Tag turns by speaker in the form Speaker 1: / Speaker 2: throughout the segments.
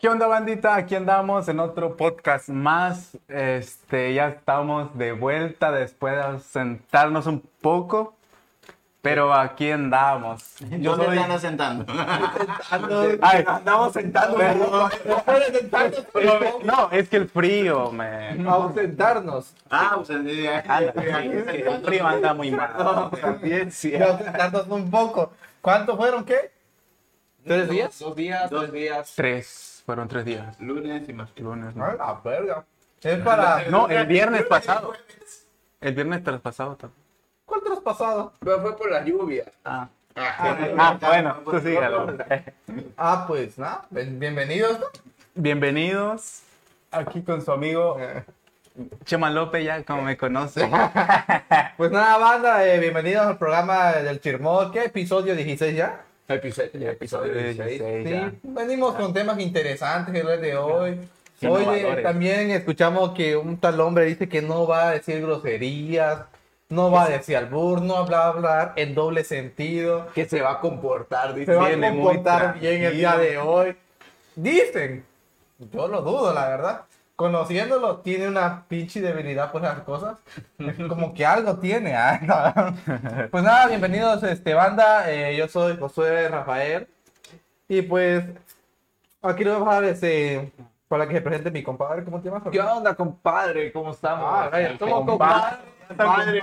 Speaker 1: ¿Qué onda, bandita? Aquí andamos en otro podcast más. Este, ya estamos de vuelta después de sentarnos un poco. Pero aquí andamos.
Speaker 2: Yo ¿Dónde están asentando?
Speaker 1: Ay.
Speaker 3: Andamos sentando,
Speaker 1: Pero-
Speaker 3: no pueden sentarnos, pero
Speaker 1: Este, no, es que el frío, man.
Speaker 3: vamos a sentarnos.
Speaker 2: Ah, pues sí,
Speaker 1: Anda,
Speaker 2: aquí- aquí
Speaker 1: el
Speaker 2: sentando.
Speaker 1: frío anda muy mal.
Speaker 3: Bien, sí. Vamos a sentarnos un poco. ¿Cuántos fueron qué? ¿Tres días?
Speaker 4: Dos días,
Speaker 2: Dos.
Speaker 4: tres días.
Speaker 1: Tres, fueron tres días.
Speaker 2: Lunes y martes.
Speaker 1: Lunes,
Speaker 3: A
Speaker 1: ¿no?
Speaker 3: la Ah, verga. Es para.
Speaker 1: Ah, No, el viernes pasado. El viernes traspasado también.
Speaker 3: ¿Cuál traspasado?
Speaker 4: Pero fue por la lluvia.
Speaker 1: Ah,
Speaker 2: Ah,
Speaker 1: ah, bueno, tú sígalo.
Speaker 3: Ah, pues nada. Bien- bienvenidos. ¿no?
Speaker 1: Bienvenidos aquí con su amigo Chema López, ya como me conoce.
Speaker 3: Pues nada, banda. eh, bienvenidos al programa del Chirmol. ¿Qué episodio 16 ya?
Speaker 4: Episodio, episodio 16.
Speaker 3: Sí, venimos con temas interesantes el de hoy. Oye,
Speaker 1: Innovadores.
Speaker 3: también escuchamos que un tal hombre dice que no va a decir groserías, no va a decir albur, no va a hablar en doble sentido.
Speaker 4: Que se va a comportar, dice.
Speaker 3: Se va a
Speaker 1: Viene muy
Speaker 3: comportar bien el día de
Speaker 1: tranquilo.
Speaker 3: hoy. Dicen, yo lo dudo, la verdad. Conociéndolo, tiene una pinche debilidad por las cosas. Como que algo tiene. ah, no. Pues nada, bienvenidos, este, banda. Eh, yo soy Josué Rafael. Y pues, aquí lo vamos a dar este, para que se presente mi compadre. ¿Cómo te llamas?
Speaker 4: ¿Qué onda, compadre? ¿Cómo estamos?
Speaker 3: Ah, vaya, ¿cómo,
Speaker 4: compadre?
Speaker 1: compadre?
Speaker 4: Compadre,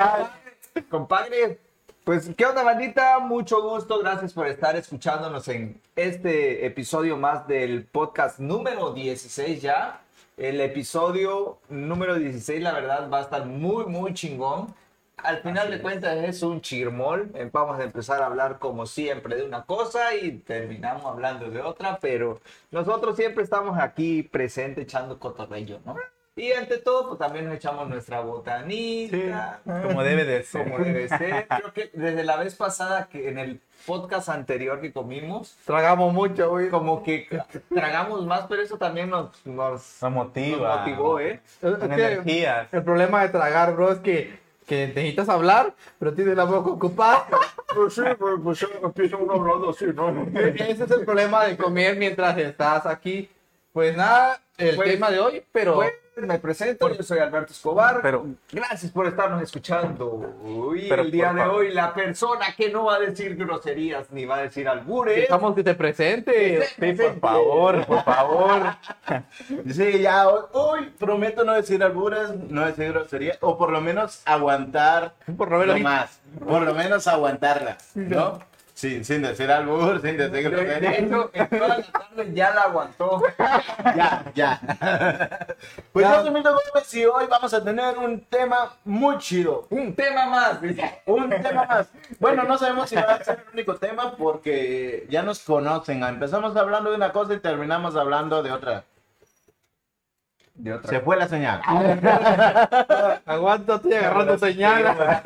Speaker 4: compadre. Pues, ¿qué onda, bandita? Mucho gusto. Gracias por estar escuchándonos en este episodio más del podcast número 16 ya. El episodio número 16, la verdad, va a estar muy, muy chingón. Al final de cuentas es un chirmol. Eh, Vamos a empezar a hablar como siempre de una cosa y terminamos hablando de otra, pero nosotros siempre estamos aquí presentes echando cotorrello, ¿no? Y ante todo, pues también nos echamos nuestra botanita,
Speaker 3: Ah.
Speaker 1: Como debe de ser.
Speaker 4: como debe ser. Creo que desde la vez pasada que en el podcast anterior que comimos,
Speaker 3: Tragamos mucho, güey.
Speaker 4: como que tragamos más, pero eso también nos, nos,
Speaker 1: Nos
Speaker 4: nos
Speaker 1: motiva.
Speaker 4: motivó, ¿eh?
Speaker 3: Es
Speaker 1: Con
Speaker 3: que-
Speaker 1: energías.
Speaker 3: El problema de tragar, bro, es que, que necesitas hablar, pero tienes la boca ocupada.
Speaker 4: Pues sí, pues sí, empieza uno hablando así, ¿no?
Speaker 3: Ese es el problema de comer mientras estás aquí. Pues nada, el
Speaker 4: Pues-
Speaker 3: tema de hoy, pero
Speaker 4: Bueno, me presento, yo soy Alberto Escobar.
Speaker 1: Pero-
Speaker 4: Gracias por estarnos escuchando. Y
Speaker 1: Pero
Speaker 4: el día
Speaker 1: por
Speaker 4: de
Speaker 1: favor.
Speaker 4: hoy, la persona que no va a decir groserías ni va a decir albures.
Speaker 3: dejamos que te presente.
Speaker 1: Sí, por favor, por favor.
Speaker 2: Sí, ya hoy, hoy prometo no decir alburas, no decir groserías, o por lo menos aguantar
Speaker 3: Por lo menos-
Speaker 2: más, por lo menos aguantarlas, ¿no? Sin, sin decir albur, sin decir
Speaker 4: De, de
Speaker 2: groserías,
Speaker 4: hecho, en toda la tarde ya la aguantó.
Speaker 2: ya, ya. Pues
Speaker 3: Ya.
Speaker 2: yo soy Milton Gómez y hoy vamos a tener un tema muy chido,
Speaker 4: Un tema más. dice.
Speaker 2: un tema más. Bueno, no sabemos si va a ser el único tema porque ya nos conocen, empezamos hablando de una cosa y terminamos hablando de otra.
Speaker 4: De otra.
Speaker 2: Se fue la señal.
Speaker 1: Ah.
Speaker 3: Aguanta, estoy agarrando señal.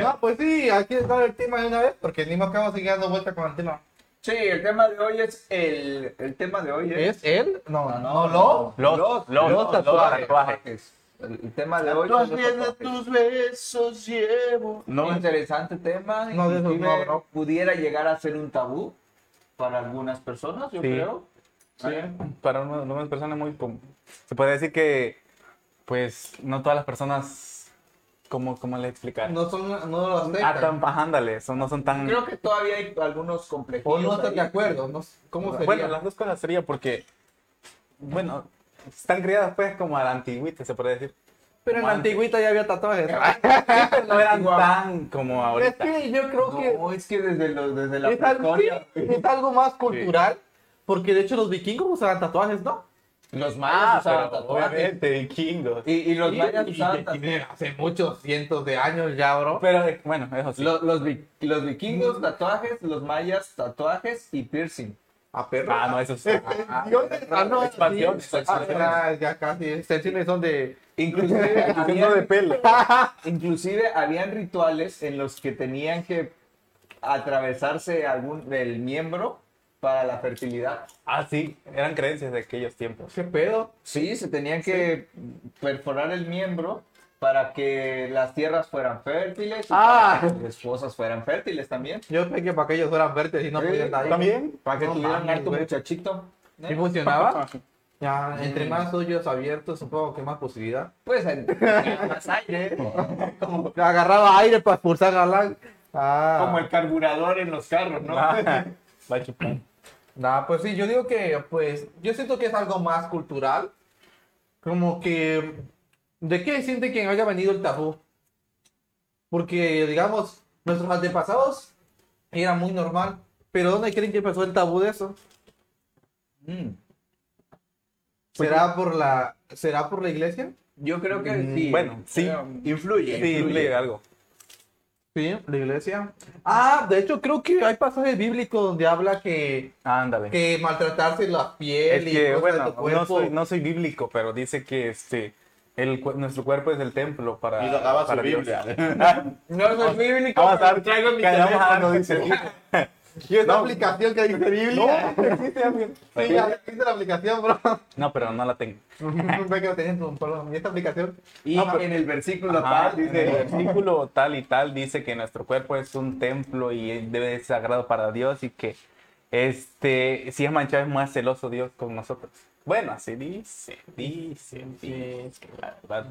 Speaker 3: No, pues sí, aquí está el tema de una vez, porque ni más acabamos seguir dando vuelta con el tema.
Speaker 4: Sí, el tema de hoy es el. El tema de hoy es.
Speaker 3: ¿Es él? No, no, no.
Speaker 1: Los, los, los,
Speaker 4: tatuajes.
Speaker 1: tatuajes.
Speaker 4: El el tema de hoy.
Speaker 2: Los
Speaker 4: son los
Speaker 2: pies de
Speaker 4: tatuajes.
Speaker 2: tus besos llevo.
Speaker 4: No,
Speaker 2: No,
Speaker 4: interesante tema.
Speaker 3: No, de esos
Speaker 4: inclusive
Speaker 3: no, bro.
Speaker 4: Pudiera llegar a ser un tabú para algunas personas, yo
Speaker 1: Sí.
Speaker 4: creo. Sí.
Speaker 1: Para una- unas personas muy... com- Se puede decir que, pues, no todas las personas... ¿Cómo, cómo le explicar?
Speaker 3: No son, no los
Speaker 1: Ah,
Speaker 3: aceptan.
Speaker 1: tan pajándales, o no son tan...
Speaker 4: Creo que todavía hay algunos complejos.
Speaker 3: O no están de acuerdo. no sé, ¿Cómo sería?
Speaker 1: Bueno, las dos cosas sería porque, bueno, están criadas pues como a la antigüita, se puede decir.
Speaker 3: Pero en la antigüita ya había tatuajes.
Speaker 1: No eran tan como
Speaker 3: Es
Speaker 1: ahorita.
Speaker 3: que yo creo que
Speaker 4: No, es que desde, los- desde la
Speaker 3: es algo,
Speaker 4: prehistoria.
Speaker 3: sí, es algo más cultural, porque de hecho los vikingos usaban tatuajes, ¿no?
Speaker 4: Los
Speaker 1: Ah,
Speaker 4: mayas usaban
Speaker 1: pero
Speaker 4: tatuajes.
Speaker 1: obviamente, vikingos.
Speaker 4: Y, y los mayas
Speaker 3: Y-
Speaker 4: usaban
Speaker 3: y-
Speaker 4: tatuajes.
Speaker 3: y- hace muchos cientos de años ya, bro.
Speaker 1: Pero eh, bueno, eso sí.
Speaker 4: Los, los, vi- los vikingos tatuajes, los mayas tatuajes y piercing.
Speaker 3: A perro.
Speaker 1: Ah, no, eso sí.
Speaker 3: Dios, ah, no,
Speaker 1: expansiones,
Speaker 3: sí,
Speaker 1: expansiones.
Speaker 3: ah, ya casi, extensiones son de...
Speaker 4: Inclusive
Speaker 1: Haciendo de
Speaker 4: habían,
Speaker 1: pelo.
Speaker 4: inclusive habían rituales en los que tenían que atravesarse algún del miembro para la fertilidad.
Speaker 1: Ah, sí, eran creencias de aquellos tiempos.
Speaker 3: ¿Qué pedo?
Speaker 4: Sí, se tenían que perforar el miembro para que las tierras fueran fértiles y
Speaker 3: Ah.
Speaker 4: para que las esposas fuertes fértiles también.
Speaker 3: Yo pensé que para que ellos fueran verdes y no
Speaker 4: Sí,
Speaker 3: podían nadie.
Speaker 1: ¿También?
Speaker 4: Para que
Speaker 3: Eh, No ah,
Speaker 4: tuvieran
Speaker 3: mames,
Speaker 4: harto
Speaker 3: güey.
Speaker 4: muchachito.
Speaker 3: ¿Y funcionaba? Ya, entre más hoyos abiertos, supongo que más posibilidad.
Speaker 4: Pues más aire.
Speaker 3: Como que agarraba aire para expulsar a la... Ah.
Speaker 2: Como el carburador en los carros, ¿no?
Speaker 1: Va a chupar.
Speaker 3: Nah, pues sí, yo digo que, pues, yo siento que es algo más cultural. Como que, ¿de qué siente que haya venido el tabú? Porque, digamos, nuestros antepasados era muy normal. Pero ¿dónde creen que empezó el tabú de eso?
Speaker 1: Mm. Pues
Speaker 3: ¿Será por la, será por la iglesia?
Speaker 4: Yo creo que sí.
Speaker 1: Mm, Bueno, sí.
Speaker 4: Mm. Influye.
Speaker 1: Sí,
Speaker 4: influye.
Speaker 1: le algo.
Speaker 3: Sí, la iglesia. Ah, de hecho creo que hay pasajes bíblicos donde habla que,
Speaker 1: Ándale.
Speaker 3: que maltratarse la
Speaker 1: Es
Speaker 3: piel y
Speaker 1: que,
Speaker 3: cosas de
Speaker 1: bueno,
Speaker 3: tu
Speaker 1: no
Speaker 3: cuerpo.
Speaker 1: soy, no soy bíblico, pero dice que este, el, cu- nuestro cuerpo es el templo para.
Speaker 2: Y lo daba su
Speaker 1: para Dios.
Speaker 2: Biblia.
Speaker 4: No
Speaker 3: Ah,
Speaker 4: soy bíblico.
Speaker 1: Vamos a estar
Speaker 4: pero traigo mi
Speaker 1: callamos
Speaker 4: teléfono.
Speaker 1: cuando dice.
Speaker 3: ¿Y esa
Speaker 1: No.
Speaker 3: aplicación que dice Biblia? Sí, ya viste la aplicación, bro.
Speaker 1: No, pero no la tengo.
Speaker 3: Ve que lo tenías en tu polo. ¿Y esta aplicación?
Speaker 4: Y
Speaker 1: No, pero-
Speaker 4: en el versículo
Speaker 1: Ajá,
Speaker 4: tal
Speaker 1: en el
Speaker 4: dice.
Speaker 1: versículo tal y tal dice que nuestro cuerpo es un templo y debe ser sagrado para Dios y que este si es manchado es más celoso Dios con nosotros. Bueno, así dice, dice, dice, la verdad.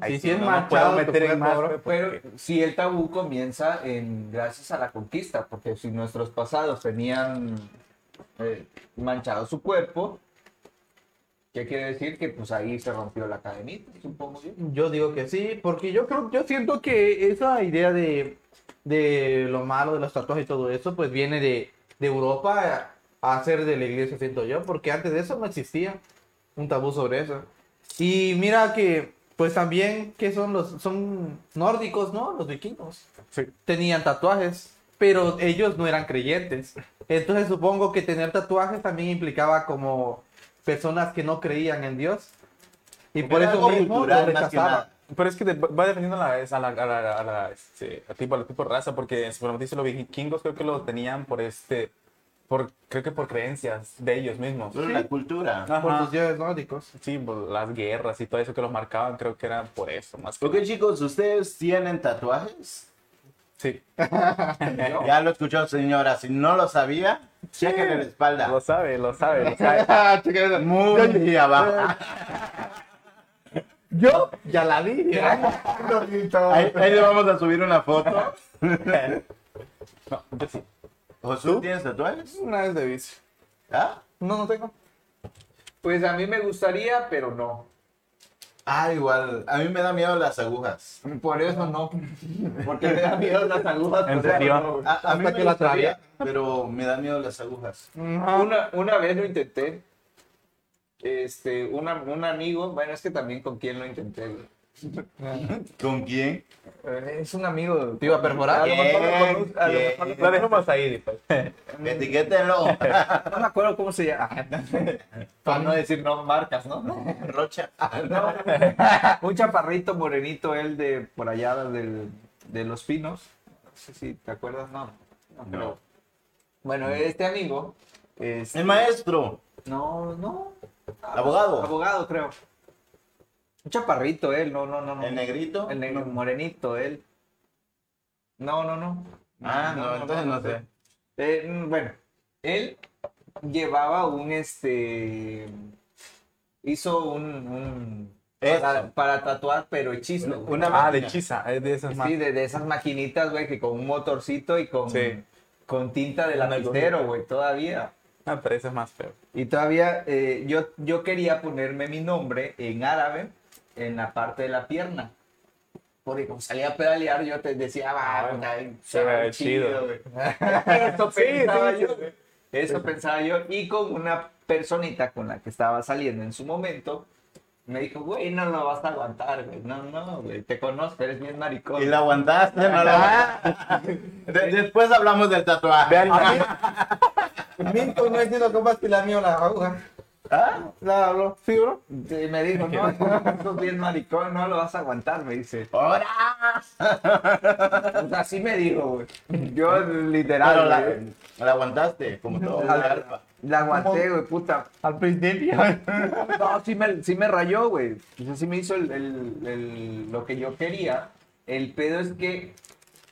Speaker 1: Ahí
Speaker 3: Sí,
Speaker 4: Mm.
Speaker 1: sí
Speaker 3: sí es
Speaker 1: no me
Speaker 3: manchado
Speaker 1: puedo
Speaker 3: tu
Speaker 1: meter en
Speaker 3: cuerpo,
Speaker 1: más,
Speaker 3: bro,
Speaker 1: pues,
Speaker 4: Pero
Speaker 1: porque-
Speaker 4: si el tabú comienza en gracias a la conquista, porque si nuestros pasados tenían eh, manchado su cuerpo, ¿qué quiere decir? Que pues ahí se rompió la cadenita, supongo yo.
Speaker 3: Yo digo que sí, porque yo creo, yo siento que esa idea de, de lo malo de los tatuajes y todo eso, pues viene de, de Europa a, a ser de la iglesia, siento yo, porque antes de eso no existía un tabú sobre eso. Y mira que, pues también, que son los, son nórdicos, ¿no? Los vikingos.
Speaker 1: Sí.
Speaker 3: Tenían tatuajes, pero ellos no eran creyentes. Entonces supongo que tener tatuajes también implicaba como personas que no creían en Dios. Y por
Speaker 2: Era
Speaker 3: eso
Speaker 2: algo
Speaker 3: mismo lo
Speaker 2: cultural, más que
Speaker 3: rechazaban.
Speaker 2: nada.
Speaker 1: Pero es que de- va defendiendo a la, a la, a la- a la, este, a tipo, al tipo de raza, porque seguramente dice los vikingos creo que lo tenían por este, por, creo que por creencias de ellos mismos.
Speaker 2: Solo la cultura.
Speaker 3: por
Speaker 1: Ajá.
Speaker 3: los dioses nórdicos.
Speaker 1: Sí, por las guerras y todo eso que los marcaban, creo que era por eso, más que
Speaker 2: Ok,
Speaker 1: nada.
Speaker 2: chicos, ¿ustedes tienen tatuajes?
Speaker 1: Sí, Eh,
Speaker 2: Ya lo escuchó, señora. Si no lo sabía, chequen la espalda.
Speaker 1: lo sabe, lo sabe, lo sabe.
Speaker 2: Muy
Speaker 1: Ah,
Speaker 2: abajo.
Speaker 3: Yo ya la vi.
Speaker 2: Ahí, ahí le vamos a subir una foto.
Speaker 1: No, yo sí.
Speaker 2: ¿Josu, tienes tatuajes?
Speaker 3: Una vez de bici.
Speaker 2: ¿Ah?
Speaker 3: No, no tengo.
Speaker 4: Pues a mí me gustaría, pero no.
Speaker 2: Ah, igual. A mí me da miedo las agujas.
Speaker 4: Por eso no. Porque me da miedo las agujas.
Speaker 1: ¿En
Speaker 4: por eso
Speaker 1: serio?
Speaker 4: no.
Speaker 2: A, a mí
Speaker 3: Hasta
Speaker 2: me
Speaker 3: que la
Speaker 2: gustaría, pero me da miedo las agujas.
Speaker 4: Una, una vez lo intenté. Este, una- un amigo, bueno, es que también con quién lo intenté. güey.
Speaker 2: ¿Con quién?
Speaker 4: Eh, Es un amigo.
Speaker 3: ¿Te iba a perforar?
Speaker 4: A lo mejor lo conoz- a lo
Speaker 2: ¿Quién?
Speaker 4: mejor lo
Speaker 1: Lo dejamos ahí, pues.
Speaker 2: Mm. Etiquétenlo.
Speaker 4: No me acuerdo cómo se llama. Para no decir no marcas, ¿no?
Speaker 2: Rocha. Ah,
Speaker 4: No. Un chaparrito morenito, él de por allá del, de Los Pinos. No sé si te acuerdas, no. no creo.
Speaker 2: No.
Speaker 4: Bueno, este amigo. es-
Speaker 2: El maestro.
Speaker 4: No, no.
Speaker 2: Abogado.
Speaker 4: Abogado, creo. Un chaparrito, él, no, no, no. no.
Speaker 2: El negrito.
Speaker 4: El negro, morenito, él. No, no, no.
Speaker 2: Ah, no, entonces no sé.
Speaker 4: Eh, mm, bueno, él llevaba un este. Hizo un. un-
Speaker 2: Eso.
Speaker 4: para, para tatuar, pero hechizo. güey.
Speaker 2: Una
Speaker 1: Ah, de
Speaker 2: máquina.
Speaker 1: chisa, es de esas más.
Speaker 4: Sí, de, de esas maquinitas, güey, que con un motorcito y con,
Speaker 1: Sí.
Speaker 4: con tinta de
Speaker 1: Una
Speaker 4: lapicero, güey, todavía.
Speaker 1: Ah, pero eso es más feo.
Speaker 4: Y todavía eh, yo, yo quería ponerme mi nombre en árabe en la parte de la pierna. Porque como salía a pedalear, yo te decía, pues,
Speaker 1: Ah,
Speaker 4: va,
Speaker 1: bueno,
Speaker 4: puta, ahí
Speaker 1: se ve
Speaker 4: está
Speaker 1: chido".
Speaker 4: güey". Eso
Speaker 1: Sí,
Speaker 4: pensaba
Speaker 1: sí,
Speaker 4: yo.
Speaker 1: sí.
Speaker 4: güey. Eso pensaba yo. Y con una personita con la que estaba saliendo en su momento, me dijo, güey, no lo vas a aguantar, güey. No, no, güey, te conozco, eres bien maricón.
Speaker 2: Y la aguantaste, no la aguantaste. De- después hablamos del tatuaje. Ah,
Speaker 3: Minto, no entiendo cómo es que la mío la aguja.
Speaker 2: ¿Ah?
Speaker 3: La habló. Sí, bro.
Speaker 4: Y me dijo, no, sos bien maricón, no lo vas a aguantar, me dice.
Speaker 2: ¡Ahora!
Speaker 4: O sea, así me dijo, güey. Yo
Speaker 2: Pero
Speaker 4: literal,
Speaker 2: la,
Speaker 4: güey,
Speaker 2: la aguantaste, como todo. una
Speaker 4: la,
Speaker 2: arpa.
Speaker 4: la aguanté, güey, puta.
Speaker 3: Al principio.
Speaker 4: No, sí me, sí me rayó, güey. O sea, sí me hizo el- el- el- lo que yo quería. El pedo es que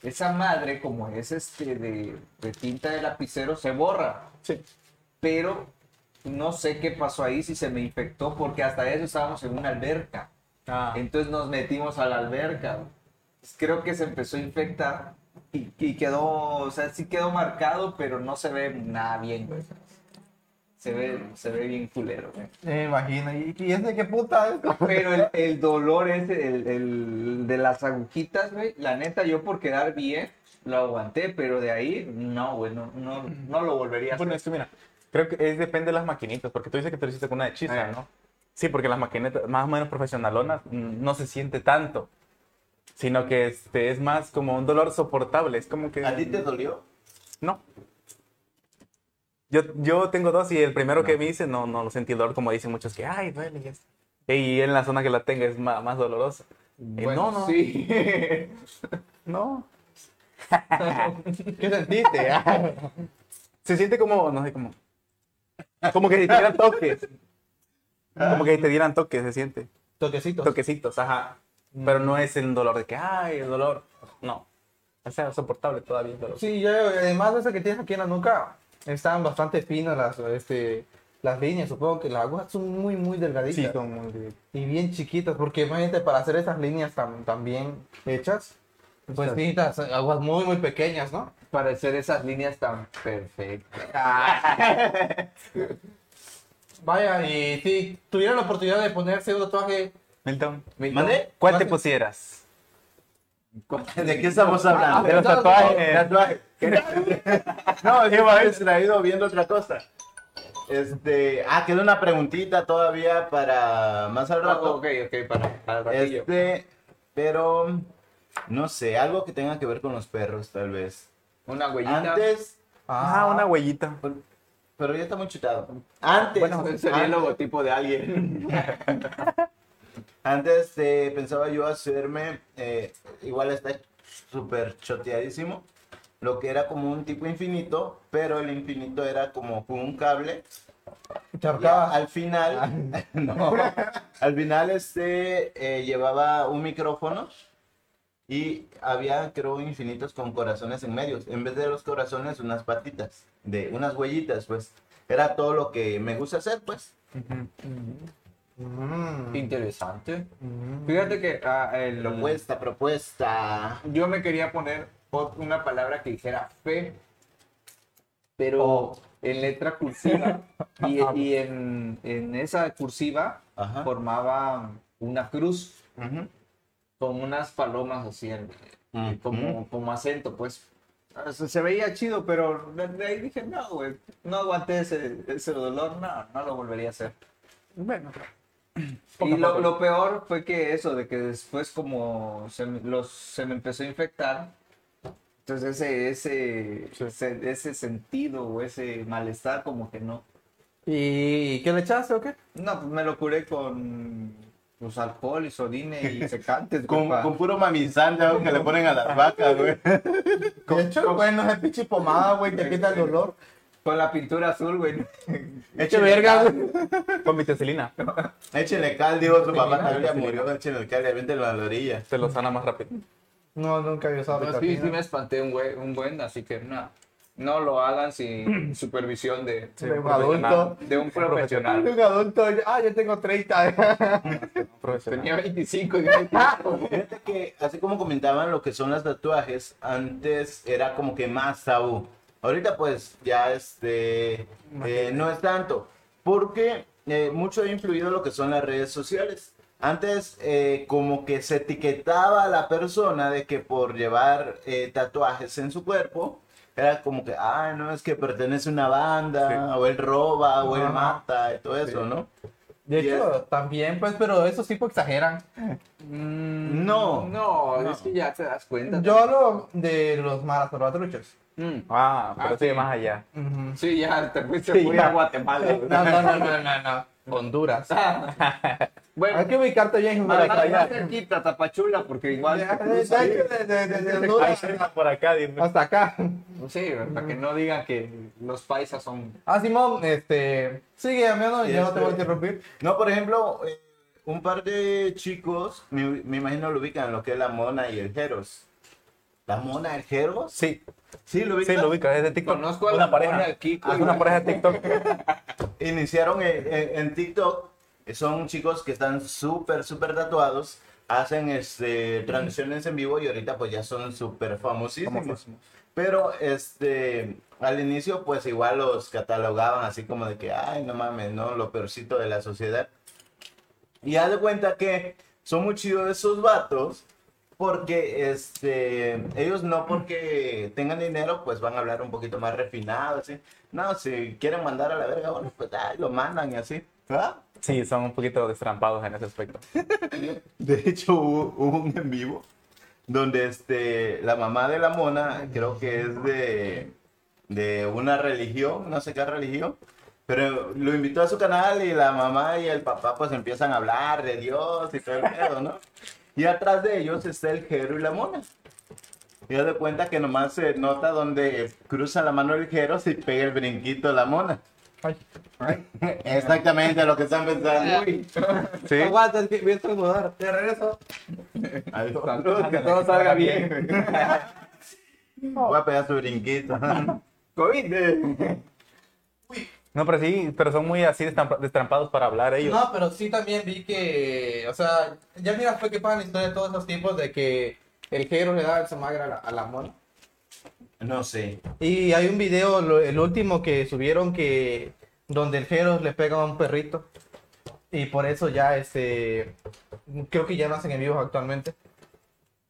Speaker 4: esa madre, como es este de, de tinta de lapicero, se borra.
Speaker 1: Sí.
Speaker 4: Pero no sé qué pasó ahí, si se me infectó, porque hasta eso estábamos en una alberca.
Speaker 1: Ah,
Speaker 4: Entonces nos metimos a la alberca. Pues Creo que se empezó a infectar y, y quedó, o sea, sí quedó marcado, pero no se ve nada bien, güey. Se ve, se ve bien culero, güey.
Speaker 3: Me imagino. ¿Y, y ese qué puta es?
Speaker 4: Pero el, el dolor ese, el, el de las agujitas, güey, la neta, yo por quedar bien, lo aguanté, pero de ahí, no, güey, no, no, no lo volvería a hacer.
Speaker 1: bueno, es que mira, creo que es, depende de las maquinitas, porque tú dices que tú lo hiciste con una hechiza,
Speaker 4: Ah.
Speaker 1: ¿no? Sí, porque las maquinitas más o menos profesionalonas mm, no se siente tanto, sino que este, es más como un dolor soportable, es como que...
Speaker 2: ¿A ti te dolió?
Speaker 1: No. Yo, yo tengo dos y el primero que me hice no, no lo sentí el dolor como dicen muchos que, ay, duele. Y, es- y en la zona que la tenga es ma- más, dolorosa. Y
Speaker 3: Bueno,
Speaker 1: no, no,
Speaker 4: Sí.
Speaker 1: no.
Speaker 3: ¿Qué sentiste? Ah,
Speaker 1: Se siente como, no sé, como... Como que si te dieran toques. Como que si te dieran toques, se siente.
Speaker 3: Toquecitos.
Speaker 1: Toquecitos, ajá. Pero no es el dolor de que, ay, el dolor. No. O sea, soportable todavía el dolor.
Speaker 3: Sí, yo, además de eso que tienes aquí en la nuca, están bastante finas las, este, las líneas. Supongo que las agujas son muy, muy delgaditas.
Speaker 1: Sí, son muy-
Speaker 3: y bien chiquitas, porque imagínate, para hacer estas líneas tan, tan bien hechas, pues necesitas aguas muy, muy pequeñas, ¿no?
Speaker 4: Para hacer esas líneas tan perfectas.
Speaker 3: Vaya, y si tuvieran la oportunidad de ponerse un tatuaje,
Speaker 1: Milton,
Speaker 2: ¿Mande?
Speaker 1: ¿cuál te
Speaker 3: ¿Cuál?
Speaker 1: pusieras?
Speaker 2: ¿De qué estamos hablando?
Speaker 1: De los tatuajes.
Speaker 2: Tatuaje. No, es que me he distraído viendo otra cosa. Este, ah, queda una preguntita todavía para más al rato.
Speaker 4: ok, ok, para, para el ratillo.
Speaker 2: Este, pero no sé, algo que tenga que ver con los perros, tal vez.
Speaker 4: Una huellita.
Speaker 2: Antes,
Speaker 1: Ah, una huellita.
Speaker 2: pero ya está muy chutado. Antes,
Speaker 4: Bueno, sería el
Speaker 2: antes,
Speaker 4: logotipo de alguien.
Speaker 2: antes, eh, pensaba yo hacerme, eh, igual está súper choteadísimo, lo que era como un tipo infinito, pero el infinito era como un cable. Y a-
Speaker 3: charcabas.
Speaker 2: al final, no, al final este eh, llevaba un micrófono y había creo infinitos con corazones en medio. En vez de los corazones, unas patitas, de unas huellitas, pues. Era todo lo que me gusta hacer, pues.
Speaker 3: Mm,
Speaker 4: Interesante.
Speaker 3: mm.
Speaker 4: Fíjate que ah, el-
Speaker 2: Propuesta, propuesta.
Speaker 4: yo me quería poner ot- una palabra que dijera fe, pero
Speaker 2: Oh.
Speaker 4: en letra cursiva. y y en, en esa cursiva
Speaker 2: Ajá.
Speaker 4: formaba una cruz
Speaker 2: Ujú.
Speaker 4: con unas palomas así, en-
Speaker 2: Ujú.
Speaker 4: como, como acento, pues. O sea, se veía chido, pero de de ahí dije, no, güey, no aguanté ese, ese dolor, no, no lo volvería a hacer.
Speaker 1: Bueno.
Speaker 4: Y
Speaker 1: Poco a
Speaker 4: lo,
Speaker 1: poco.
Speaker 4: lo peor fue que eso, de que después como se me, los, se me empezó a infectar, entonces ese, ese,
Speaker 1: Sí.
Speaker 4: ese, ese sentido o ese malestar como que no.
Speaker 3: ¿Y qué le echaste o qué?
Speaker 4: No, pues me lo curé con pues, alcohol y sodine y secantes.
Speaker 2: Con,
Speaker 4: compa.
Speaker 2: con puro mamizante algo que le ponen a las vacas, güey.
Speaker 3: De hecho, güey, no es pinche pomada, güey, te quita el dolor.
Speaker 4: Con la pintura azul, güey.
Speaker 2: Échenle cal,
Speaker 1: Con vitacilina.
Speaker 2: échenle cal, digo, su papá también ya murió, échenle cal, ya vente a la orilla.
Speaker 1: Se lo sana más rápido.
Speaker 3: No, nunca había usado
Speaker 4: No, sí, sí me espanté un, güey, un buen, así que no. No lo hagan sin supervisión de,
Speaker 3: Sí, un adulto.
Speaker 4: de un profesional.
Speaker 3: Un adulto, ah, yo tengo 30.
Speaker 1: Profesional.
Speaker 4: Tenía 25 y me-
Speaker 2: Fíjate que, así como comentaban lo que son los tatuajes, antes era como que más tabú. Ahorita pues ya este, eh, no es tanto, porque eh, mucho ha influido lo que son las redes sociales. Antes eh, como que se etiquetaba a la persona de que por llevar eh, tatuajes en su cuerpo, era como que, ah, no, es que pertenece a una banda, o él roba, o él
Speaker 3: Ajá.
Speaker 2: mata, y todo eso, ¿no?
Speaker 3: De
Speaker 2: Y
Speaker 3: hecho, también, pues, pero esos tipos exageran.
Speaker 4: Mm,
Speaker 2: No.
Speaker 4: No,
Speaker 2: No.
Speaker 4: es que ya te das cuenta.
Speaker 3: Yo hablo de los maratruchos.
Speaker 4: Mm,
Speaker 1: Ah, pero
Speaker 4: Ah,
Speaker 1: sí,
Speaker 4: sí.
Speaker 1: más allá.
Speaker 4: Sí, ya te fuiste
Speaker 1: Sí,
Speaker 4: muy
Speaker 1: ya.
Speaker 4: a Guatemala. güey.
Speaker 3: No, no, no, no, no, no. Honduras. Hay
Speaker 4: Bueno,
Speaker 3: que ubicarte bien,
Speaker 4: para
Speaker 3: Honduras.
Speaker 4: allá
Speaker 3: allá.
Speaker 4: cerquita, Tapachula, porque igual.
Speaker 3: Ya, de- de- de- de- de
Speaker 1: Ahí
Speaker 3: Honduras
Speaker 1: cerca por acá, dice.
Speaker 3: Hasta acá.
Speaker 4: Sí, güey, para que no digan que los paisas son.
Speaker 3: Ah, Simón, este. Sigue, amigo,
Speaker 2: Sí,
Speaker 3: yo no te voy a
Speaker 2: este-
Speaker 3: interrumpir.
Speaker 2: No, por ejemplo, eh, un par de chicos, me, me imagino lo ubican, lo que es la Mona y el Jeros. ¿La Mona, el Jeros?
Speaker 1: Sí,
Speaker 2: Sí, lo
Speaker 1: sí,
Speaker 2: ubican.
Speaker 1: lo ubico, es de TikTok.
Speaker 4: Conozco a la
Speaker 1: una
Speaker 4: Mona
Speaker 1: pareja.
Speaker 4: aquí,
Speaker 1: Ah, es una
Speaker 4: güey.
Speaker 1: pareja de TikTok.
Speaker 2: iniciaron en, en- en TikTok son chicos que están súper, súper tatuados, hacen este, transmisiones en vivo y ahorita pues ya son súper famosísimos.
Speaker 1: Famosísimos.
Speaker 2: Pero este, al inicio pues igual los catalogaban así como de que, ay, no mames, ¿no? Lo peorcito de la sociedad. Y haz de cuenta que son muy chidos esos vatos porque este, ellos no porque tengan dinero, pues van a hablar un poquito más refinado, así. No, si quieren mandar a la verga, bueno, pues ay, lo mandan y así. ¿Ah?
Speaker 1: Sí, son un poquito destrampados en ese aspecto.
Speaker 2: De hecho, hubo, hubo un en vivo donde este, la mamá de la mona, creo que es de, de una religión, no sé qué religión, pero lo invitó a su canal y la mamá y el papá pues empiezan a hablar de Dios y todo el pedo, ¿no? Y atrás de ellos está el jero y la mona. Y haz de cuenta que nomás se nota donde cruza la mano el jero y pega el brinquito la mona.
Speaker 3: Ay.
Speaker 2: Exactamente lo que están pensando.
Speaker 1: Sí.
Speaker 4: Aguanta, es que voy a estornudar.
Speaker 3: De regreso.
Speaker 2: Al-
Speaker 3: Que todo salga bien.
Speaker 2: Voy a pegar su brinquito.
Speaker 4: COVID. eh.
Speaker 1: No, pero sí, pero son muy así destrampa- destrampados para hablar ellos.
Speaker 3: No, pero sí también vi que, o sea, ya mira fue que pasan la historia de todos esos tipos de que el Jero le daba el somagra a la, a la mona.
Speaker 2: No sé.
Speaker 3: Y hay un video, lo- el último que subieron que donde el Jero le pega a un perrito. Y por eso ya este creo que ya no hacen en vivos actualmente.